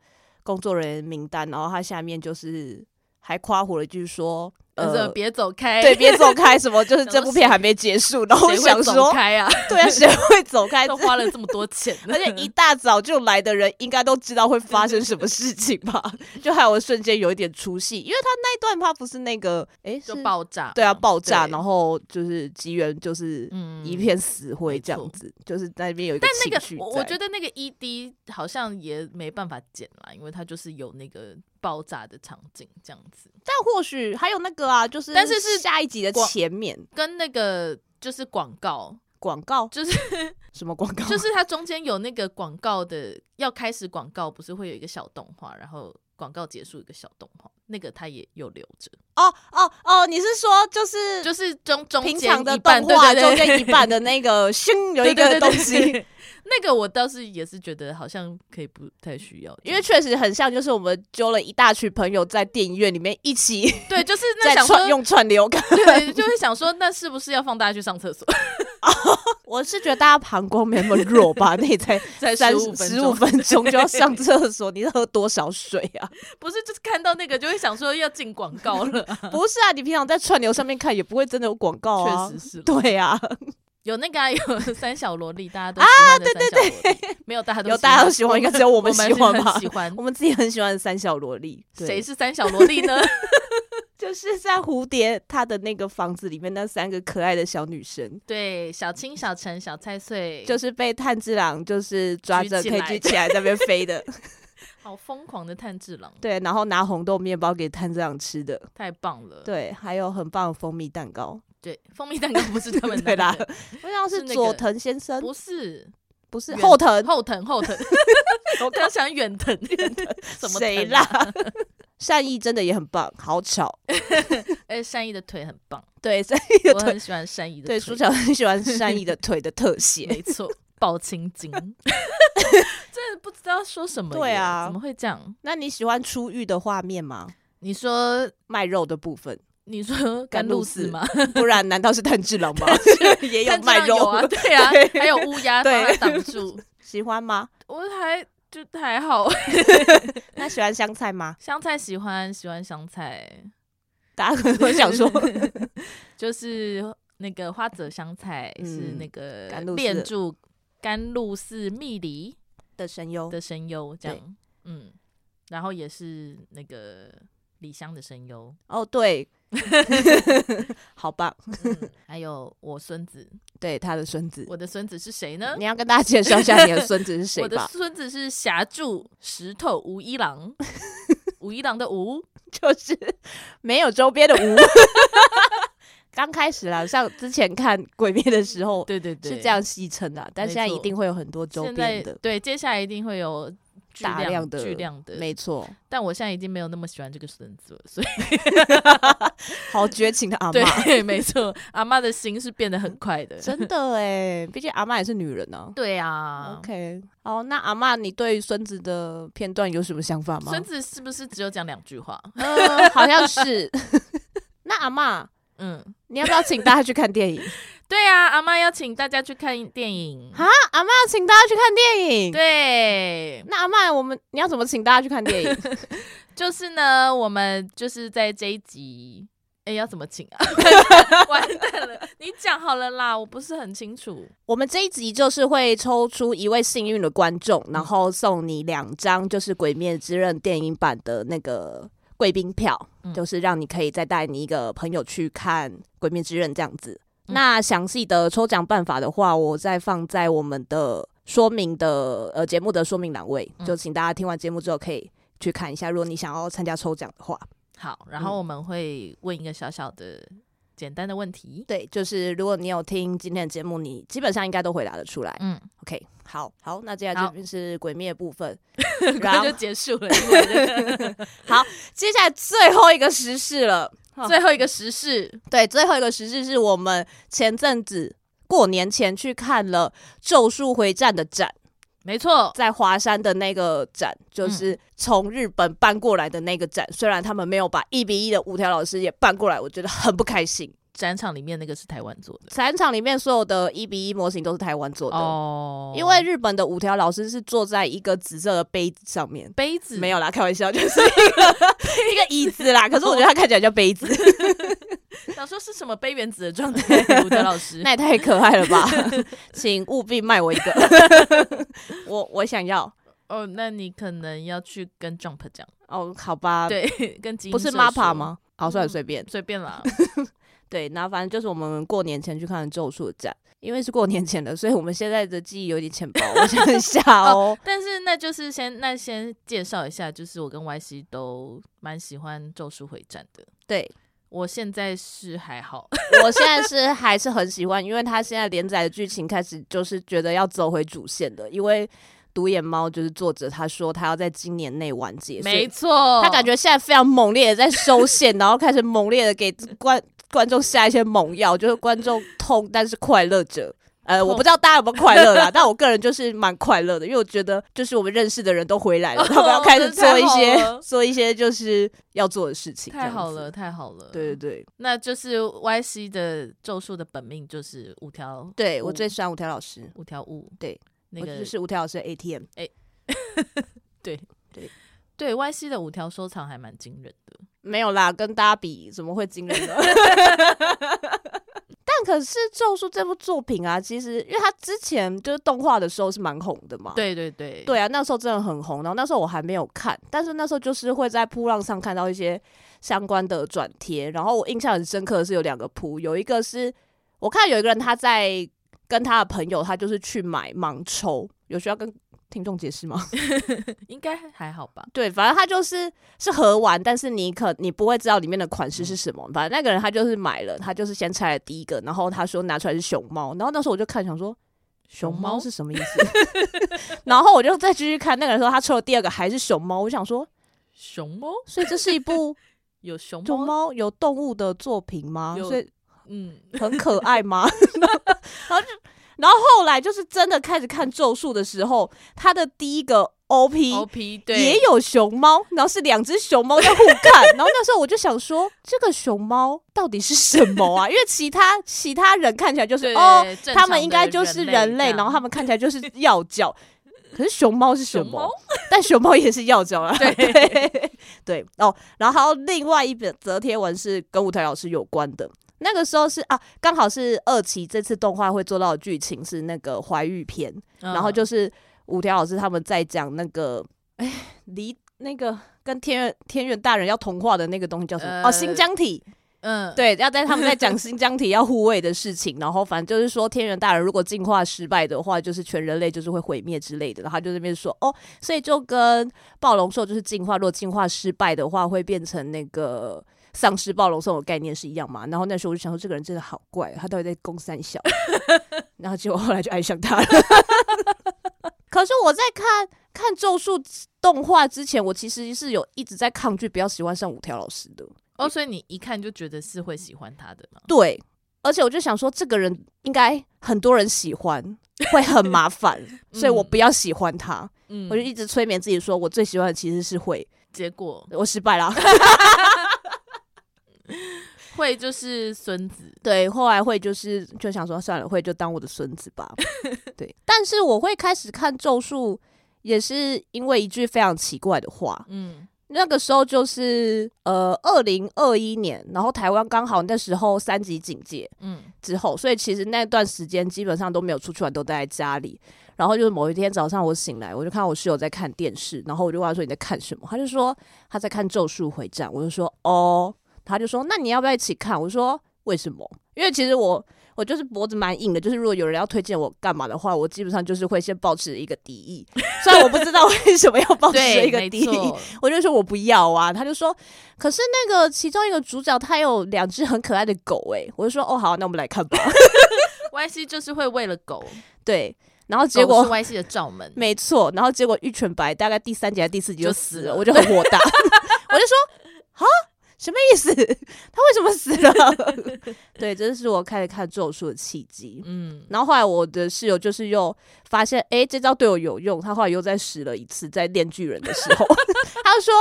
B: 工作人员名单，然后他下面就是还夸胡了一句说，
A: 呃，
B: 呃，
A: 别走开，
B: 对，别走开，什么就是
A: 想
B: 这
A: 说
B: 部片还没结束，然后我
A: 谁会
B: 想
A: 走
B: 说，
A: 开啊？
B: 对啊，谁会走开？
A: 都花了这么多钱 了，
B: 而 且一大早就来的人，应该都知道会发生什么事情吧？就害我瞬间有一点出戏，因为他那一段他不是那个，哎、
A: 就是爆炸嘛，
B: 对啊，爆炸，
A: 对
B: 然后就是吉原就是
A: 嗯
B: 一。片死灰
A: 没
B: 这样
A: 错
B: 子，就是在那边有一个
A: 但那
B: 情绪
A: 个，我我
B: 在
A: 觉得那个 ED 好像也没办法剪啦，因为它就是有那个爆炸的场景这样子，
B: 但或许还有那个啊，就是
A: 但是是
B: 下一集的
A: 广
B: 前面
A: 跟那个就是广告，
B: 广告
A: 就是
B: 什么广告？
A: 就是它中间有那个广告的，要开始广告不是会有一个小动画，然后广告结束一个小动画，那个它也有留着，
B: 哦哦哦，你是说就是
A: 就是中中
B: 平
A: 间
B: 常的
A: 一半
B: 动画
A: 对对
B: 中
A: 对
B: 间一半的那个咻有一个
A: 对对
B: 东，
A: 对
B: 西，
A: 对 那个我倒是也是觉得好像可以不太需要，
B: 因为确实很像，就是我们揪了一大群朋友在电影院里面一起
A: 对，就是 那
B: 在
A: 想
B: 串
A: 说，
B: 用串 流看。
A: 对，就会想说，那是不是要放大家去上厕 所？
B: 我是觉得大家膀胱没那么弱吧，那也 才
A: 在
B: 三
A: 15分
B: 十
A: 钟
B: 五分钟就要上厕所，你是喝多少水啊？
A: 不是，就是看到那个就会想说要进广告 了，
B: 不是啊，你平常在串流上面看也不会真的有广告啊。
A: 确实是啦
B: 对啊，
A: 有那个、啊、有 三小萝莉，大家都喜欢的三小萝莉，没有大家都
B: 有大家都喜欢，
A: 应
B: 应该
A: 该
B: 只有我
A: 我
B: 们
A: 们
B: 喜欢
A: 是
B: 吧
A: 很？喜欢
B: 我。们自己很喜欢的三小萝莉，对
A: 谁是三小萝莉呢？
B: 就是在蝴蝶她的那个房子里面那三个可爱的小女生，
A: 对，小青、小陈、小菜穗，
B: 就是被炭治郎就是抓着
A: 举起
B: 可以
A: 来
B: 举起来在那边飞的，
A: 好疯狂的炭治郎，
B: 对，然后拿红豆面包给炭治郎吃的，
A: 太棒了。
B: 对，还有很棒的蜂蜜蛋糕，
A: 对，蜂蜜蛋糕不是他 们
B: 对 啦
A: 拿的，
B: 我想
A: 是
B: 是
A: 那个
B: 佐藤先生，
A: 不是
B: 不是
A: 远
B: 后藤，
A: 后藤后 藤，我刚想远藤远藤 什么
B: 谁
A: 藤啊
B: 啦？？ 善意真的也很棒，好巧，
A: 哎，善意的腿很 棒，
B: 对，善意的
A: 我
B: 腿，
A: 很喜欢善意的
B: 对，
A: 腿。
B: 舒 乔很喜欢善意的腿的特写，
A: 没错， 抱青筋，真的不知道说什么耶。
B: 对啊
A: 怎么会这样？
B: 那你喜欢出狱的画面吗？
A: 你说
B: 卖肉的 部分，
A: 你 说甘
B: 甘露
A: 露寺
B: 寺
A: 吗？
B: 不然难道是炭治郎吗？也有
A: 但这
B: 卖
A: 样有
B: 肉
A: 啊，对啊，
B: 对
A: 还有乌鸦帮他
B: 对
A: 挡住。
B: 喜欢吗？
A: 我还就还好，
B: 那喜欢香菜吗？
A: 香菜喜欢喜欢香菜，
B: 大家可 能会想说
A: 就是那个花泽香菜是
B: 嗯
A: 那个
B: 甘露寺
A: 练住甘露寺蜜梨
B: 的声优
A: 的声优，这
B: 对
A: 样，嗯，然后也是那个李湘的声优，
B: 哦，对， 好棒，
A: 嗯还有我孙子，
B: 对他的孙子，
A: 我的孙子是谁呢？
B: 你要跟大家介绍一下你的孙子是谁
A: 我的
B: 吧？
A: 孙子是霞柱石头吴一 郎，吴一郎的吴，
B: 就是没有周边的无。 刚开始啦，像之前看《鬼灭》的时候
A: 对对对，
B: 是这。样戏称的，啊但
A: 没
B: 现在一
A: 错
B: 定会有很多周
A: 现在
B: 边的，
A: 对，接下来一定会有巨
B: 大量的
A: 巨量的，
B: 没错，
A: 但我现在已经没有那么喜欢这个孙子了，所以
B: 好绝情的阿妈，
A: 对， 没错，阿妈的心是变得很快的，
B: 真的哎，毕竟阿妈也是女人啊。
A: 对啊。
B: OK，好，那阿妈，你对孙子的片段有什么想法吗？
A: 孙子是不是只有讲两句话？
B: 呃，好像是。 那阿妈，
A: 嗯，
B: 你要不要请大家去看 电影？
A: 对啊，阿妈要请大家去看电影，
B: 啊，阿妈要请大家去看电影。
A: 对，
B: 那阿妈，我们你要怎么请大家去看电影？
A: 就是呢，我们就是在这一集，哎、要怎么请啊？ 完蛋了，你讲好了啦，我不是很清楚。
B: 我们这一集就是会抽出一位幸运的观众，
A: 嗯
B: 然后送你两张就是《鬼灭之刃》电影版的那个贵宾票，
A: 嗯
B: 就是让你可以再带你一个朋友去看《鬼灭之刃》这样子。
A: 嗯
B: 那详细的抽奖办法的话，我再放在我们的说明的呃节目的说明栏位，
A: 嗯
B: 就请大家听完节目之后可以去看一下。如果你想要参加抽奖的话，
A: 好，然后
B: 嗯
A: 我们会问一个小小的、简单的问题。
B: 对，就是如果你有听今天的节目，你基本上应该都回答得出来。
A: 嗯，
B: OK，好好，那接下来
A: 好
B: 这边是鬼灭的部 分，
A: 很
B: 然
A: 快
B: 后
A: 就结束 了。因为
B: 接下来最后一个时事了。哦
A: 最后一个时事，
B: 对，最后一个时事是我们前阵子过年前去看了《咒术回战》的展，
A: 没错，
B: 在华山的那个展，
A: 嗯
B: 就是从日本搬过来的那个展。虽然他们没有把一比一的五条老师也搬过来，我觉得很不开心。
A: 展场里面那个是台湾做的
B: 展场里面所有的一比一模型都是台湾做的。
A: 哦
B: 因为日本的五条老师是坐在一个紫色的杯子上面，
A: 杯子
B: 没有啦，开玩笑，就是一个 一个椅子 啦。可是我觉得它看起来叫杯子，
A: 想说是什么杯原子的状态，吴德老师
B: 那。也太可爱了吧！ 请务必卖我一个， 我我想要。
A: 哦，那你可能要去跟 Jump 讲，
B: 哦，好吧，，
A: 对，跟集英
B: 不是
A: 社
B: MAPA
A: 说？
B: 吗？好，算了，随 便。
A: 随便啦，
B: 对，那反正就是我们过年前去看的《咒术展》，因为是过年前的，所以我们现在的记忆有点 浅薄。我想一下哦，
A: 但是那就是先那先介绍一下，就是我跟 YC 都蛮喜欢《咒术回战》的。
B: 对
A: 我现在是还好，
B: 我现在是还是很喜欢，因为他现在连载的剧情开始就是觉得要走回主线的，因为独眼猫就是作者他说他要在今年内完结，所以
A: 没错，
B: 他感觉现在非常猛烈的在收线，然后开始猛烈的给观 观众下一些猛药，就是观众痛但是快乐着。呃，
A: 痛
B: 我不知道大家有没有快乐啦， 但我个人就是蛮快乐的，因为我觉得就是我们认识的人都回 来了，
A: 哦
B: 他们要开始做一
A: 真的
B: 些
A: 太好了
B: 做一些就是要做的事情，
A: 太好
B: 这样
A: 了，嗯
B: 子。
A: 太好了。
B: 对对，对，
A: 那就是 YC 的咒术的本命就是五条，
B: 对
A: 五
B: 我最喜欢五条老师，
A: 五条悟。
B: 对，
A: 那
B: 我
A: 个
B: 就是五条老师的 ATM。
A: 对 YC 的五条收藏还蛮惊人的。
B: 没有啦，跟大家比怎么会惊人呢？但可是《咒术》这部作品啊，其实因为它之前就是动画的时候是蛮红的嘛，
A: 对对对，
B: 对啊，那时候真的很红。然后那时候我还没有看，但是那时候就是会在扑浪上看到一些相关的转贴。然后我印象很深刻的是有两个扑，有一个是我看有一个人他在跟他的朋友，他就是去买盲抽，有需要跟听众解释吗？
A: 应该还好吧？
B: 对，反正他就是是盒玩，但是你可你不会知道里面的款
A: 嗯
B: 式是什么。反正那个人他就是买了，他就是先拆了第一个，然后他说拿出来是熊猫，然后那时候我就看想说。熊
A: 熊
B: 猫
A: 猫
B: 是什么意思？ 然后我就再继续看，那个人说他抽了第二个还是熊猫，我想说，
A: 熊猫
B: 所以这是一部
A: 有熊
B: 熊
A: 猫，
B: 猫有动物的作品吗？
A: 有
B: 所以
A: 嗯，
B: 很可爱吗？ 然后就，然后后来就是真的开始看《咒术》的时候，他的第一个 OP。
A: O P 对，
B: 也有熊猫，然后是两只熊猫在互看， 然后那时候我就想说，这个熊猫到底是什么啊？因为其他 其他人看起来就是
A: 对
B: 哦，，
A: 正
B: 他
A: 常
B: 们应
A: 的
B: 该就是人类，
A: 这样
B: 然后他们看起来就是药脚。可是熊猫是什
A: 熊
B: 么
A: 猫？
B: 但熊猫也是药脚啦。
A: 对
B: 对对哦，然后另外一本则贴文是跟舞台老师有关的。那个时候是啊，刚好是二期这次动画会做到的剧情是那个怀玉篇，
A: 嗯
B: 然后就是五条老师他们在讲那个，哎，离那个跟天元天元大人要同化的那个东西叫什么？哦，
A: 呃
B: 新疆体。
A: 嗯，
B: 对，要在他们在讲新疆体要护卫的事情，然后反正就是说天人大人如果进化失败的话，就是全人类就是会毁灭之类的。然后他就那边说哦，所以就跟暴龙兽就是进化，如果进化失败的话，会变成那个。丧尸暴龙兽的概念是一样嘛？然后那时候我就想说，这个人真的好怪，哦他到底在攻三小？然后结果后来就爱上他了。 可是我在看看《咒术》动画之前，我其实是有一直在抗拒不要喜欢上五条老师的。
A: 哦，所以你一看就觉得是会喜欢他的嘛？
B: 对，而且我就想说，这个人应该很多人喜欢，会很麻烦，所以我不要喜欢他。
A: 嗯，
B: 我就一直催眠自己说，我最喜欢的其实是会，
A: 结果
B: 我失败啦。
A: 会就是孙子，
B: 对，后来会就是就想说，算了，会就当我的孙子吧。对，但是我会开始看咒术，也是因为一句非常奇怪的话。
A: 嗯
B: 那个时候就是呃，二零二一年，然后台湾刚好那时候三级警戒，
A: 嗯
B: 之后，所以其实那段时间基本上都没有出去玩，都待在家里。然后就是某一天早上我醒来，我就看到我室友在看电视，然后我就问他说你在看什么？他就说他在看《咒术回战》，我就说哦，他就说那你要不要一起看？我说为什么？因为其实我我就是脖子蛮硬的，就是如果有人要推荐我干嘛的话，我基本上就是会先保持一个敌意，虽然我不知道 为什么要保持
A: 对，
B: 哦一个
A: 没
B: 敌意，
A: 错，
B: 我就说我不要啊，他就说，可是那个其中一个主角他有两只很可爱的狗诶、我就说哦好，那我们来看 吧。
A: Y C 就是会为了狗，
B: 对，然后 结
A: 狗是
B: 果
A: Y C 的罩门，
B: 没错，然后结果玉犬白大概第三集还是第四集
A: 就
B: 就
A: 死
B: 死了，
A: 了
B: 我就很火大， 我就说啊什么意思？ 他为什么死了？ 对，这是我开始看咒术的契机。
A: 嗯，
B: 然后后来我的室友就是又发现，诶，这招对我有用，他后来又再使了一次，在练巨人的时候， 他就说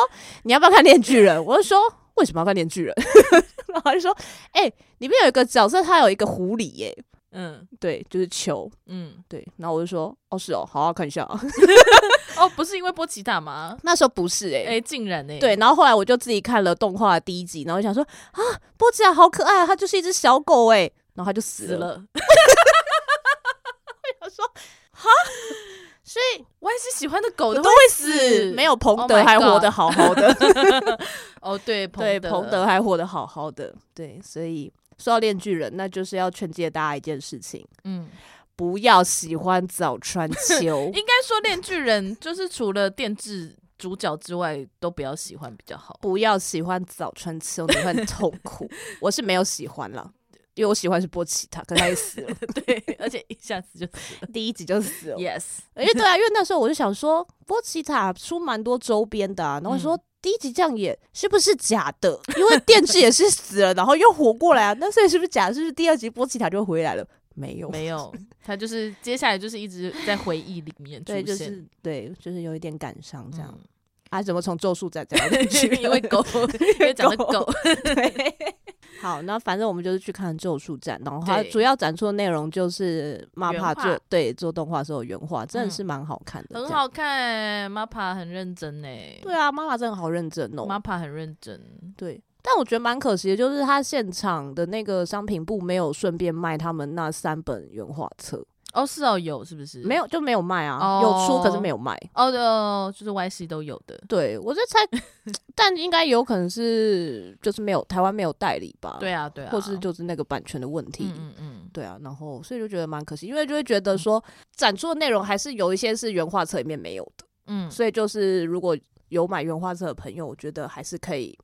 B: 你要不要看练巨人？我就说为什么要看练巨人？ 然后他就说，诶，里面有一个角色，他有一个狐狸耶、
A: 嗯
B: 对，就是球，
A: 嗯，
B: 对，然后我就说，哦是哦，好好看一下、啊。
A: 哦，不是因为波奇塔吗？
B: 那时候不是哎、
A: 哎，竟然哎，
B: 对，，然后后来我就自己看了动画的第一集，然后想说啊，波吉亚好可爱啊，它就是一只小狗哎、然后它就死
A: 死
B: 了。
A: 了。
B: 我说
A: 所以 Y C 喜欢的狗
B: 都
A: 都
B: 会
A: 死
B: 没有彭
A: Oh
B: 德
A: my
B: 还活
A: God
B: 得好 好的，
A: 哦，对，
B: 对，
A: 德
B: 彭德还活得好好的，对，所以说到恋巨人，那就是要劝诫大家一件事情。
A: 嗯，
B: 不要喜欢早川 秋，
A: 应该说《恋巨人》就是除了电治主角之外，都不要喜欢比较 好。
B: 不要喜欢早川秋，你会很痛苦。 我是没有喜欢啦，因为我喜欢是波奇塔，可他也死了，
A: 对，而且一下子就
B: 第一集就死 了。
A: yes，
B: 因为对啊，因为那时候我就想说，波奇塔出蛮多周边的、啊，然后我
A: 嗯
B: 说、第一集这样演是不是假的？因为电视也是死了，然后又活过来啊，那所以是不是假的？是不是第二集波奇塔就回来了？没有，
A: 没有，他就是接下来就是一直在回忆里面出现，
B: 对，就是对，就是有一点感伤这样。
A: 嗯
B: 啊，怎么从咒术再讲到去？
A: 因为 狗，因为讲的
B: 狗
A: 狗，
B: 对。好，那反正我们就是去看咒术展，然后它
A: 对
B: 主要展出的内容就是妈
A: 原
B: 帕
A: 画
B: 做对做动画的时候的原画，真的
A: 嗯
B: 是蛮好看的，
A: 很
B: 这样。
A: 好看，MAPA 很认真呢、
B: 对啊，妈妈真的好认真哦。
A: ，MAPA 很认真，
B: 对，但我觉得蛮可惜的，就是他现场的那个商品部没有顺便卖他们那三本原画册，
A: 哦是哦有是不是？
B: 没有就没有卖啊，
A: 哦
B: 有出可是没有卖。
A: 哦对哦，就是 YC 都有的，
B: 对，我在猜，但应该有可能是就是没有台湾没有代理吧，
A: 对啊对啊，
B: 或是就是那个版权的问题。
A: 嗯嗯嗯，
B: 对啊，然后所以就觉得蛮可惜，因为就会觉得说展出的内容还是有一些是原画册里面没有的，
A: 嗯
B: 所以就是如果有买原画册的朋友，我觉得还是可以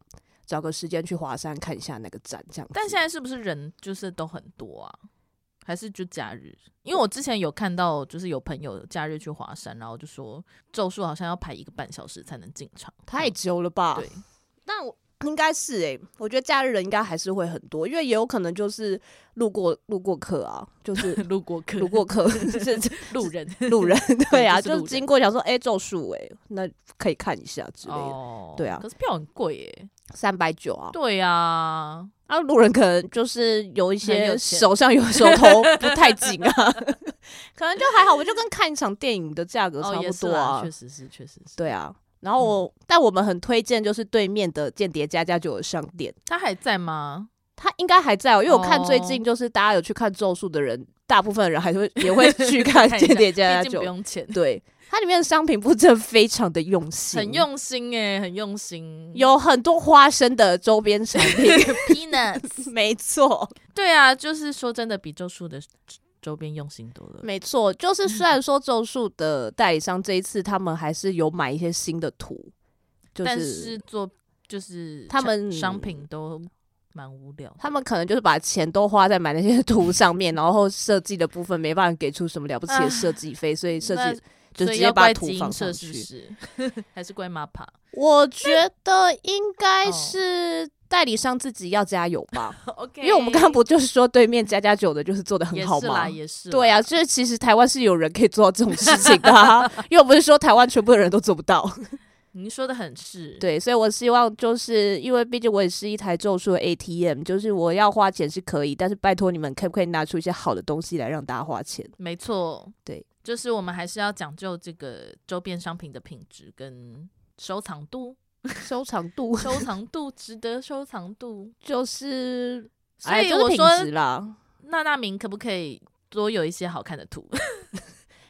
B: 找个时间去华山看一下那个展这样子。
A: 但现在是不是人就是都很多啊？还是就假日？因为我之前有看到，就是有朋友假日去华山，然后就说《咒术》好像要排一个半小时才能进场，
B: 太久了吧？
A: 嗯对，
B: 但我应该是诶、我觉得假日人应该还是会很多，因为也有可能就是路过路过客啊，就是
A: 路过客、
B: 路 过客是
A: 路人
B: 路人，对啊，
A: 就是路
B: 就
A: 人
B: 是经过想说，哎、咒术哎，那可以看一下之类的，
A: 哦
B: 对啊
A: 可是票很贵耶。
B: 三百九啊。
A: 对啊，
B: 啊，路人可能就是有一
A: 很
B: 些
A: 有钱
B: 手上有手 头不太紧啊， 可能就还好，我就跟看一场电影的价格
A: 哦
B: 差
A: 也
B: 不
A: 是
B: 多
A: 啦
B: 啊。
A: 确实嗯是，确实是。
B: 对啊，然后我、但我们很推荐就是对面的间谍家家酒的商店，
A: 他还在 吗？
B: 它应该还在哦，因为我看最
A: 哦
B: 近就是大家有去看咒术的人，大部分人还是会也 会去看
A: 看一下
B: 间谍家
A: 毕
B: 家
A: 竟不
B: 酒。
A: 用钱，
B: 对，它里面的商品布置得非常的用心，
A: 很用心哎，很用心。
B: 有很多花生的周边产 品，
A: peanuts，
B: 没错，
A: 对啊，就是说真的，比咒术的周边用心多了。
B: 没错，就是虽然说咒术的代理商这一次他们还是有买一些新的图，就
A: 但
B: 是
A: 是做就是
B: 他们
A: 产商品都蛮无聊的。
B: 他们可能就是把钱都花在买那些 图上面，然后设计的部分没办法给出什么了不起的设计费，所以设
A: 那
B: 计就
A: 所
B: 直
A: 以
B: 接
A: 要
B: 把
A: 怪
B: 图
A: 基
B: 放
A: 因
B: 上
A: 社是不
B: 去。
A: 是？ 还是怪 MAPA？
B: 我觉得应该
A: 哦
B: 是代理商自己要加油吧，
A: OK，
B: 因为我们刚刚不就是说对面加加酒的就是做的很
A: 也
B: 好
A: 是
B: 吗
A: 啦，？也是啦
B: 对啊，就是其实台湾是有人可以做到这种事情的、啊， 又不是说台湾全部的人都做不到。
A: 您说的很是，
B: 对，所以我希望就是因为毕竟我也是一台咒术的 ATM，就是我要花钱是可以，但是拜托你们可不可以拿出一些好的东西来让大家花钱？
A: 没错，
B: 对，
A: 就是我们还是要讲究这个周边商品的品质跟收藏度，
B: 收藏度
A: 收藏 度值得收藏度。
B: 就是，
A: 所
B: 哎
A: 以
B: 就是
A: 我
B: 品
A: 说，
B: 质啦。
A: 娜娜明可不可以多有一些好看的图？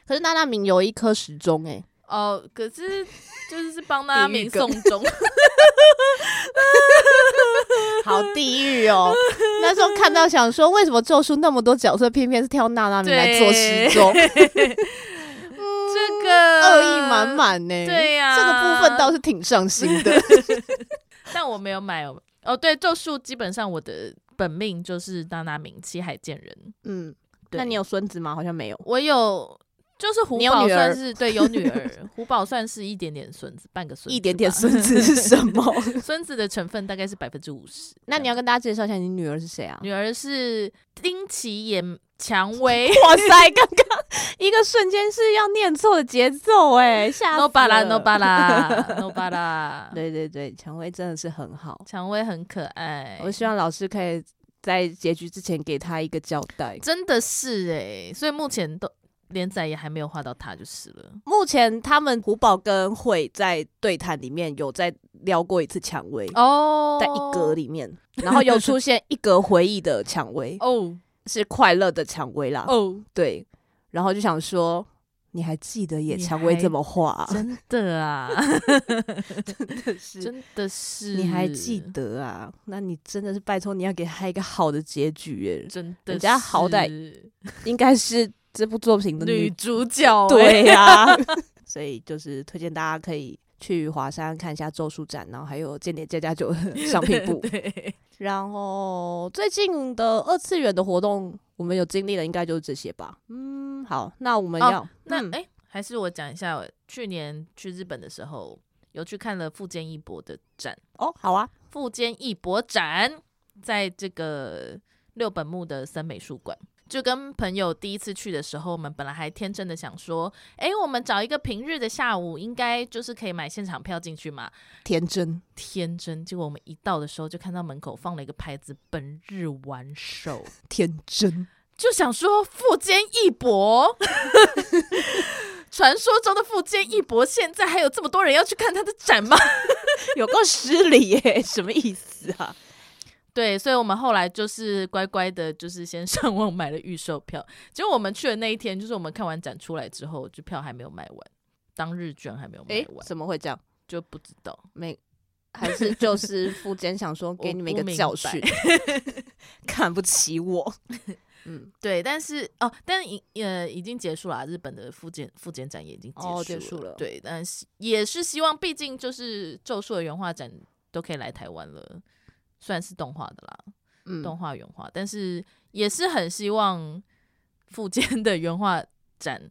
B: 可是娜娜明有一颗时钟哎、
A: 哦，可是就是是 帮娜娜
B: 地狱
A: 明
B: 梗
A: 送终，
B: 好地狱哦！ 那时候看到想说，为什么咒术那么多角色，偏偏是挑娜娜米来做时钟，
A: 这个
B: 恶意满。满呢？
A: 对呀
B: 这个部分倒是挺上心的。
A: 但我没有买哦。哦，对，咒术基本上我的本命就是娜娜明七海见人。
B: 嗯，
A: 对
B: 那你有孙子吗？好像没有。
A: 我有，就是虎
B: 你有
A: 宝
B: 女儿
A: 算是对有女 儿，虎宝算是一点点孙子，半个孙子吧，
B: 一点点孙子是什么？
A: 孙子的成分大概是百分之五十。
B: 那你要跟大家介绍一下你女儿是谁啊？
A: 女儿是丁崎演蔷 薇
B: 哇塞，刚刚一个瞬间是要念错的节奏哎，吓死
A: ，no 巴拉 no
B: 了
A: 巴 拉 no 巴拉，
B: 对对对，蔷薇真的是很好，
A: 蔷薇很可爱，
B: 我希望老师可以在结局之前给她一个交代。
A: 真的是哎、所以目前都连载也还没有画到他就是了。
B: 目前他们胡宝跟慧在对谈里面有在撩过一次蔷薇，
A: 哦
B: 在一格里面，然后有出现一格回忆的蔷薇，
A: 哦
B: 是快乐的蔷薇啦。
A: 哦，
B: 对，然后就想说，你还记得野
A: 你
B: 蔷薇
A: 还
B: 这么画、啊？
A: 真的啊，
B: 是
A: 真的是，
B: 你还记？得啊？那你真的是拜托，你要给他一个好的结局耶，
A: 真的，
B: 人家好歹应该是这部作品的
A: 女
B: 女
A: 主角、
B: 对 呀、所以就是推荐大家可以去华山看一下咒术展，然后还有间谍加加酒的商品部。
A: 对，
B: 然后最近的二次元的活动，我们有经历的应该就是这些吧。嗯，好，那我们
A: 哦
B: 要、
A: 那
B: 嗯
A: 哎、还是我讲一下，去年去日本的时候，有去看了富坚义博的展。
B: 哦，好啊，
A: 富坚义博展，在这个六本木的森美术馆。就跟朋友第一次去的时候，我们本来还天真的想说，诶，我们找一个平日的下午，应该就是可以买现场票进去嘛。
B: 天真，
A: 天真，结果我们一到的时候，就看到门口放了一个牌子“本日玩手”，
B: 天真，
A: 就想说富坚义博， 传说中的富坚义博，现在还有这么多人要去看他的展吗？
B: 有够失礼耶， 什么意思啊？
A: 对，所以我们后来就是乖乖的，就是先上网买了预售票。结果我们去的那一天，就是我们看完展出来之后，就票还没有卖完，当日券还没有卖
B: 哎、
A: 完，
B: 怎么会这样？
A: 就不知道。
B: 没，还是就是富坚想说给你们一
A: 我
B: 个
A: 不明
B: 教
A: 白
B: 训， 看不起我。 嗯，
A: 对，但是哦，但已呃已经结束了啊、日本的复检复检展也已经结束了。
B: 哦结束了
A: 对，但是也是希望，毕竟就是《咒术》的原画展都可以来台湾了，虽然是动画的啦，
B: 嗯
A: 动画原画，但是也是很希望复检的原画展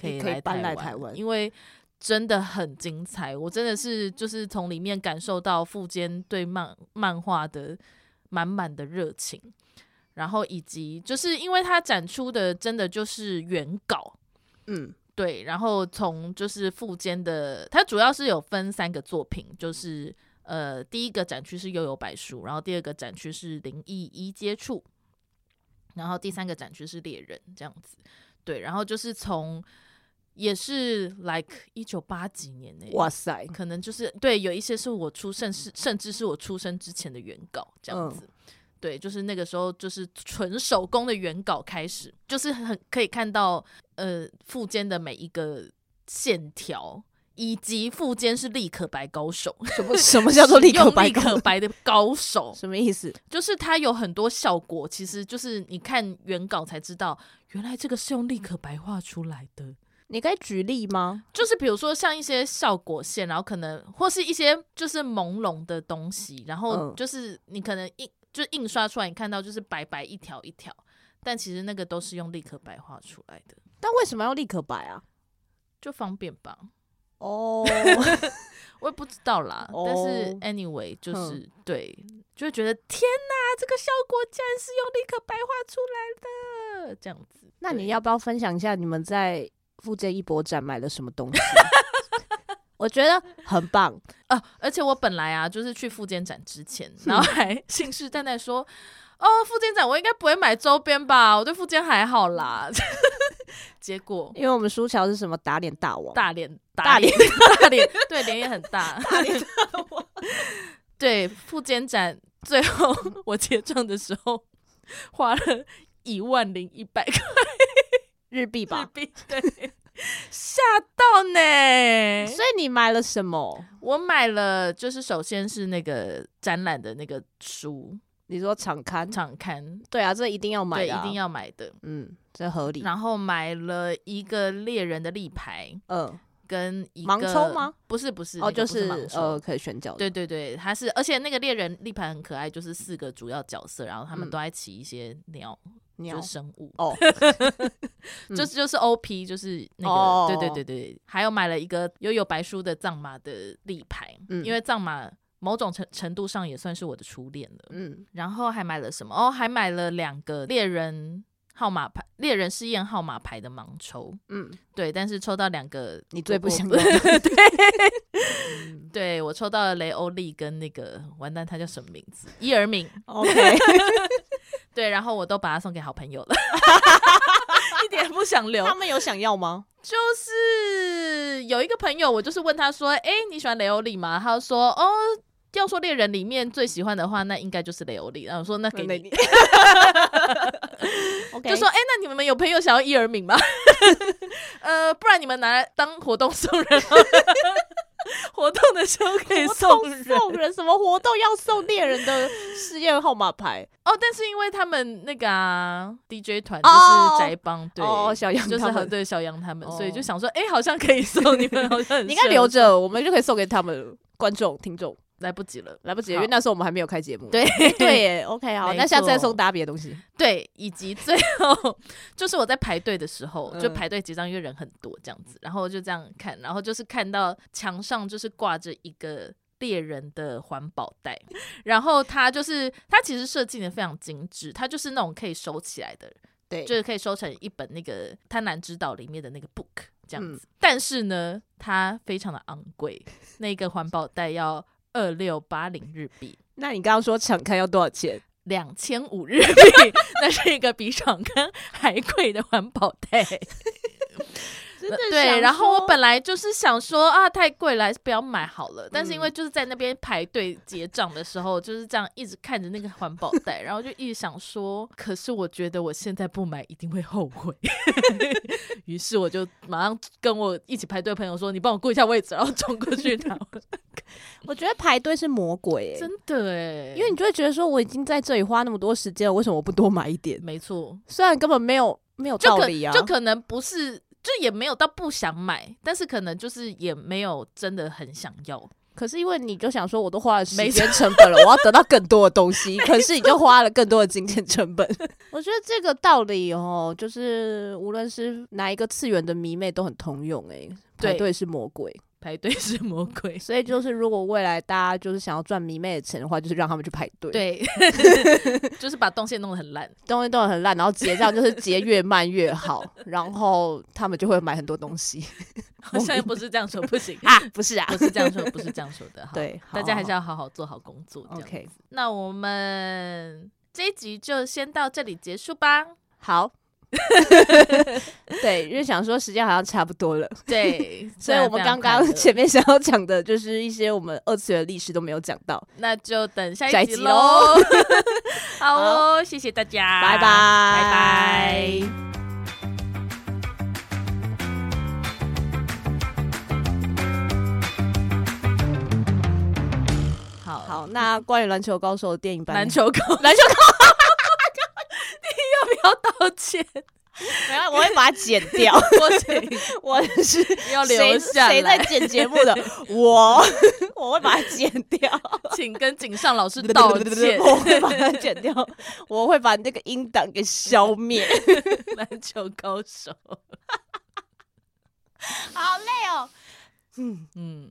A: 可以
B: 也可以
A: 来
B: 搬
A: 台
B: 来台湾
A: 因为真的很精彩，我真的是就是从里面感受到富坚对漫漫画的满满的热情，然后以及就是因为他展出的真的就是原稿，
B: 嗯，
A: 对，然后从就是富坚的，它主要是有分三个作品，就是呃，第一个展区是悠游白书，然后第二个展区是灵异一接触，然后第三个展区是猎人这样子，对，然后就是从也是 like 一九八几年欸呢、
B: 哇塞，
A: 可能就是对，有一些是我出甚是甚至是我出生之前的原稿这样
B: 嗯
A: 子。对，就是那个时候，就是纯手工的原稿开始，就是很可以看到呃附件的每一个线条，以及附件是立可白高手，
B: 什么什 么叫做立
A: 用
B: 刻白
A: 立可
B: 宫？
A: 白的高手，
B: 什么意思？
A: 就是它有很多效果，其实就是你看原稿才知道，原来这个是用立可白画出来的。
B: 你该举例吗？
A: 就是比如说像一些效果线，然后可能或是一些就是朦胧的东西，然后
B: 嗯
A: 就是你可能印就印刷出来，你看到就是白白一条一条，但其实那个都是用立可白画出来的，
B: 但为什么要立刻白啊？
A: 就方便吧。
B: 哦，
A: 我也不知道啦，
B: 哦
A: 但是 anyway 就是、对，就会觉得天哪，这个效果竟然是用立可白画出来的，这样子。
B: 那
A: 对
B: 你要不要分享一下你们在附近一博展买了什么 东西？我觉得很棒，
A: 啊，而且我本来啊，就是去复健展之前，然后还 信誓旦旦说，哦，复健展我应该不会买周边吧，我对复健还好啦。 结果
B: 因为我们苏乔是什么打脸大王，
A: 大脸
B: 大
A: 脸大脸，对，脸也很大， 大脸对，复健展最后 我结账的时候花了一万零一百块
B: 日币
A: 日
B: 吧。
A: 币，对，吓到呢。
B: 所以你买了什么？
A: 我买了，就是首先是那个展览的那个书，
B: 你说场刊？
A: 常看，
B: 对啊，这一定要买
A: 对，
B: 的、
A: 一定。要买的。
B: 嗯，这合理。
A: 然后买了一个猎人的立牌，
B: 嗯，
A: 跟一个
B: 盲抽吗？
A: 不是不是，
B: 哦，
A: 那个
B: 就
A: 不是盲抽
B: 呃，，可以选角的。
A: 对对对，它是，而且那个猎人立牌很可爱，就是四个主要角色，然后他们
B: 嗯
A: 都在骑一些鸟，
B: 鸟
A: 就是生物，
B: 哦，嗯
A: 就是就是 OP，就是那个，
B: 哦
A: 对对对对，还有买了一个悠悠白书的藏马的立牌，
B: 嗯
A: 因为藏马某种程程度上也算是我的初恋了。
B: 嗯，
A: 然后还买了什么？哦，还买了两个猎人号码牌、猎人试验号码牌的盲抽。
B: 嗯，
A: 对，但是抽到两个，
B: 你最不
A: 我
B: 想
A: 我
B: 要的
A: 对我抽到了雷欧利跟那个完蛋，他叫什么名字？伊尔敏。
B: OK，
A: 对，然后我都把它送给好朋友了， 一点也不想留
B: 他。们有想要吗？
A: 就是有一个朋友，我就是问他说：“哎、你喜欢雷欧利吗？”他说：“哦，要说猎人里面最喜欢的话，那应该就是雷欧利。”然后我 说：“那给你。”
B: ，OK，
A: 就说：“哎、那你们有朋友想要伊尔敏 吗？呃，不然你们拿来当活动送人 好了，活动的时候可以
B: 活
A: 送
B: 动
A: 人
B: 送人什么活动要送猎人的试验号码 牌？
A: 哦。但是因为他们那个、啊、DJ 团就
B: 哦
A: 是宅帮，对，
B: 哦，小杨
A: 就是
B: 他
A: 很
B: 们，
A: 对小杨他们，所以
B: 哦
A: 就想说，哎、好像可以送你们，好像很
B: 你应该
A: 适合
B: 留着，我们就可以送给他们观众听众。
A: 来不及了。”
B: 来不及，
A: 好
B: 因为那时候我们还没有开节目。
A: 对
B: 对耶，OK，好，
A: 没
B: 那下次再
A: 错
B: 送大家别的东西。
A: 对，以及最后 就是我在排队的时候，就
B: 嗯
A: 排队结账，因为人很多这样子，然后就这样看，然后就是看到墙上就是挂着一个猎人的环保袋，然后它就是它其实设计的非常精致，它就是那种可以收起来的，
B: 对，
A: 就是可以收成一本那个《贪婪之岛》里面的那个 book 这样
B: 嗯
A: 子，但是呢，它非常的昂贵，那个环保袋要二六八零日币。
B: 那你刚刚说敞开要多少钱？
A: 两千五日币，那是一个比爽刊还贵的环保袋。
B: 真的
A: 对，然后我本来就是想说啊，太贵了，还是不要买好了。但是因为就是在那边排队结账的时候，就是这样一直看着那个环保 袋，然后就一直想说，可是我觉得我现在不买一定会后悔。 于是我就马上跟我一起排队的朋友说：“你帮我顾一下位置。”然后冲过去拿。
B: 我觉得排队是魔 鬼、欸
A: 真，的哎，
B: 因为你就会觉得说我已经在这里花那么多时间了，为什么我不多买一点？
A: 没错，
B: 虽然根本没有没有
A: 就
B: 道
A: 可
B: 理啊，
A: 就可能不是，就也没有到不想买，但是可能就是也没有真的很想要。
B: 可是因为你就想说，我都花了时
A: 没
B: 间成本了，我要得到更多的东 西。可是你就花了更多的金钱成本。我觉得这个道理哦，就是无论是哪一个次元的迷妹都很通用诶、
A: 对
B: 排队是魔鬼，
A: 排队 是魔鬼。
B: 所以就是如果未来大家就是想要赚迷妹的钱的话，就是让他们去排队。，
A: 对， 就是把动线弄得很烂。
B: 东西都很烂，然后结账就是结越慢越 好，然后他们就会买很多东西
A: 好像也不是这样说，不行
B: 啊，不是啊，
A: 不是这样说，不是这样说的。好，
B: 对，
A: 大家还是
B: 要
A: 要好好做好工作。这样
B: OK，
A: 那我们这一集就先到这里结束 吧。
B: 好。对，因为想说时间好像差不多了，
A: 对，
B: 所以我们刚
A: 虽然非常快
B: 刚
A: 乐
B: 前面 想要讲的就是一些我们二次元历史都没有讲到，
A: 那就等下
B: 下
A: 一
B: 一
A: 集
B: 集
A: 喽。 好 哦，谢谢大家，
B: 拜拜，
A: 拜拜。好
B: 好，那关于篮球高手的电影版，
A: 篮球狗，
B: 篮球高
A: 不要道 歉，
B: 手，我会把它剪 掉，
A: 我谁
B: 我是
A: 要留
B: 谁
A: 下
B: 谁在
A: 来，
B: 剪节目 的？我 我会把它剪掉，
A: 请跟井上 老师道歉。
B: 我会把它剪掉，我会把那个音档给消灭。
A: 篮球高手，
B: 好累哦，嗯，
A: 嗯。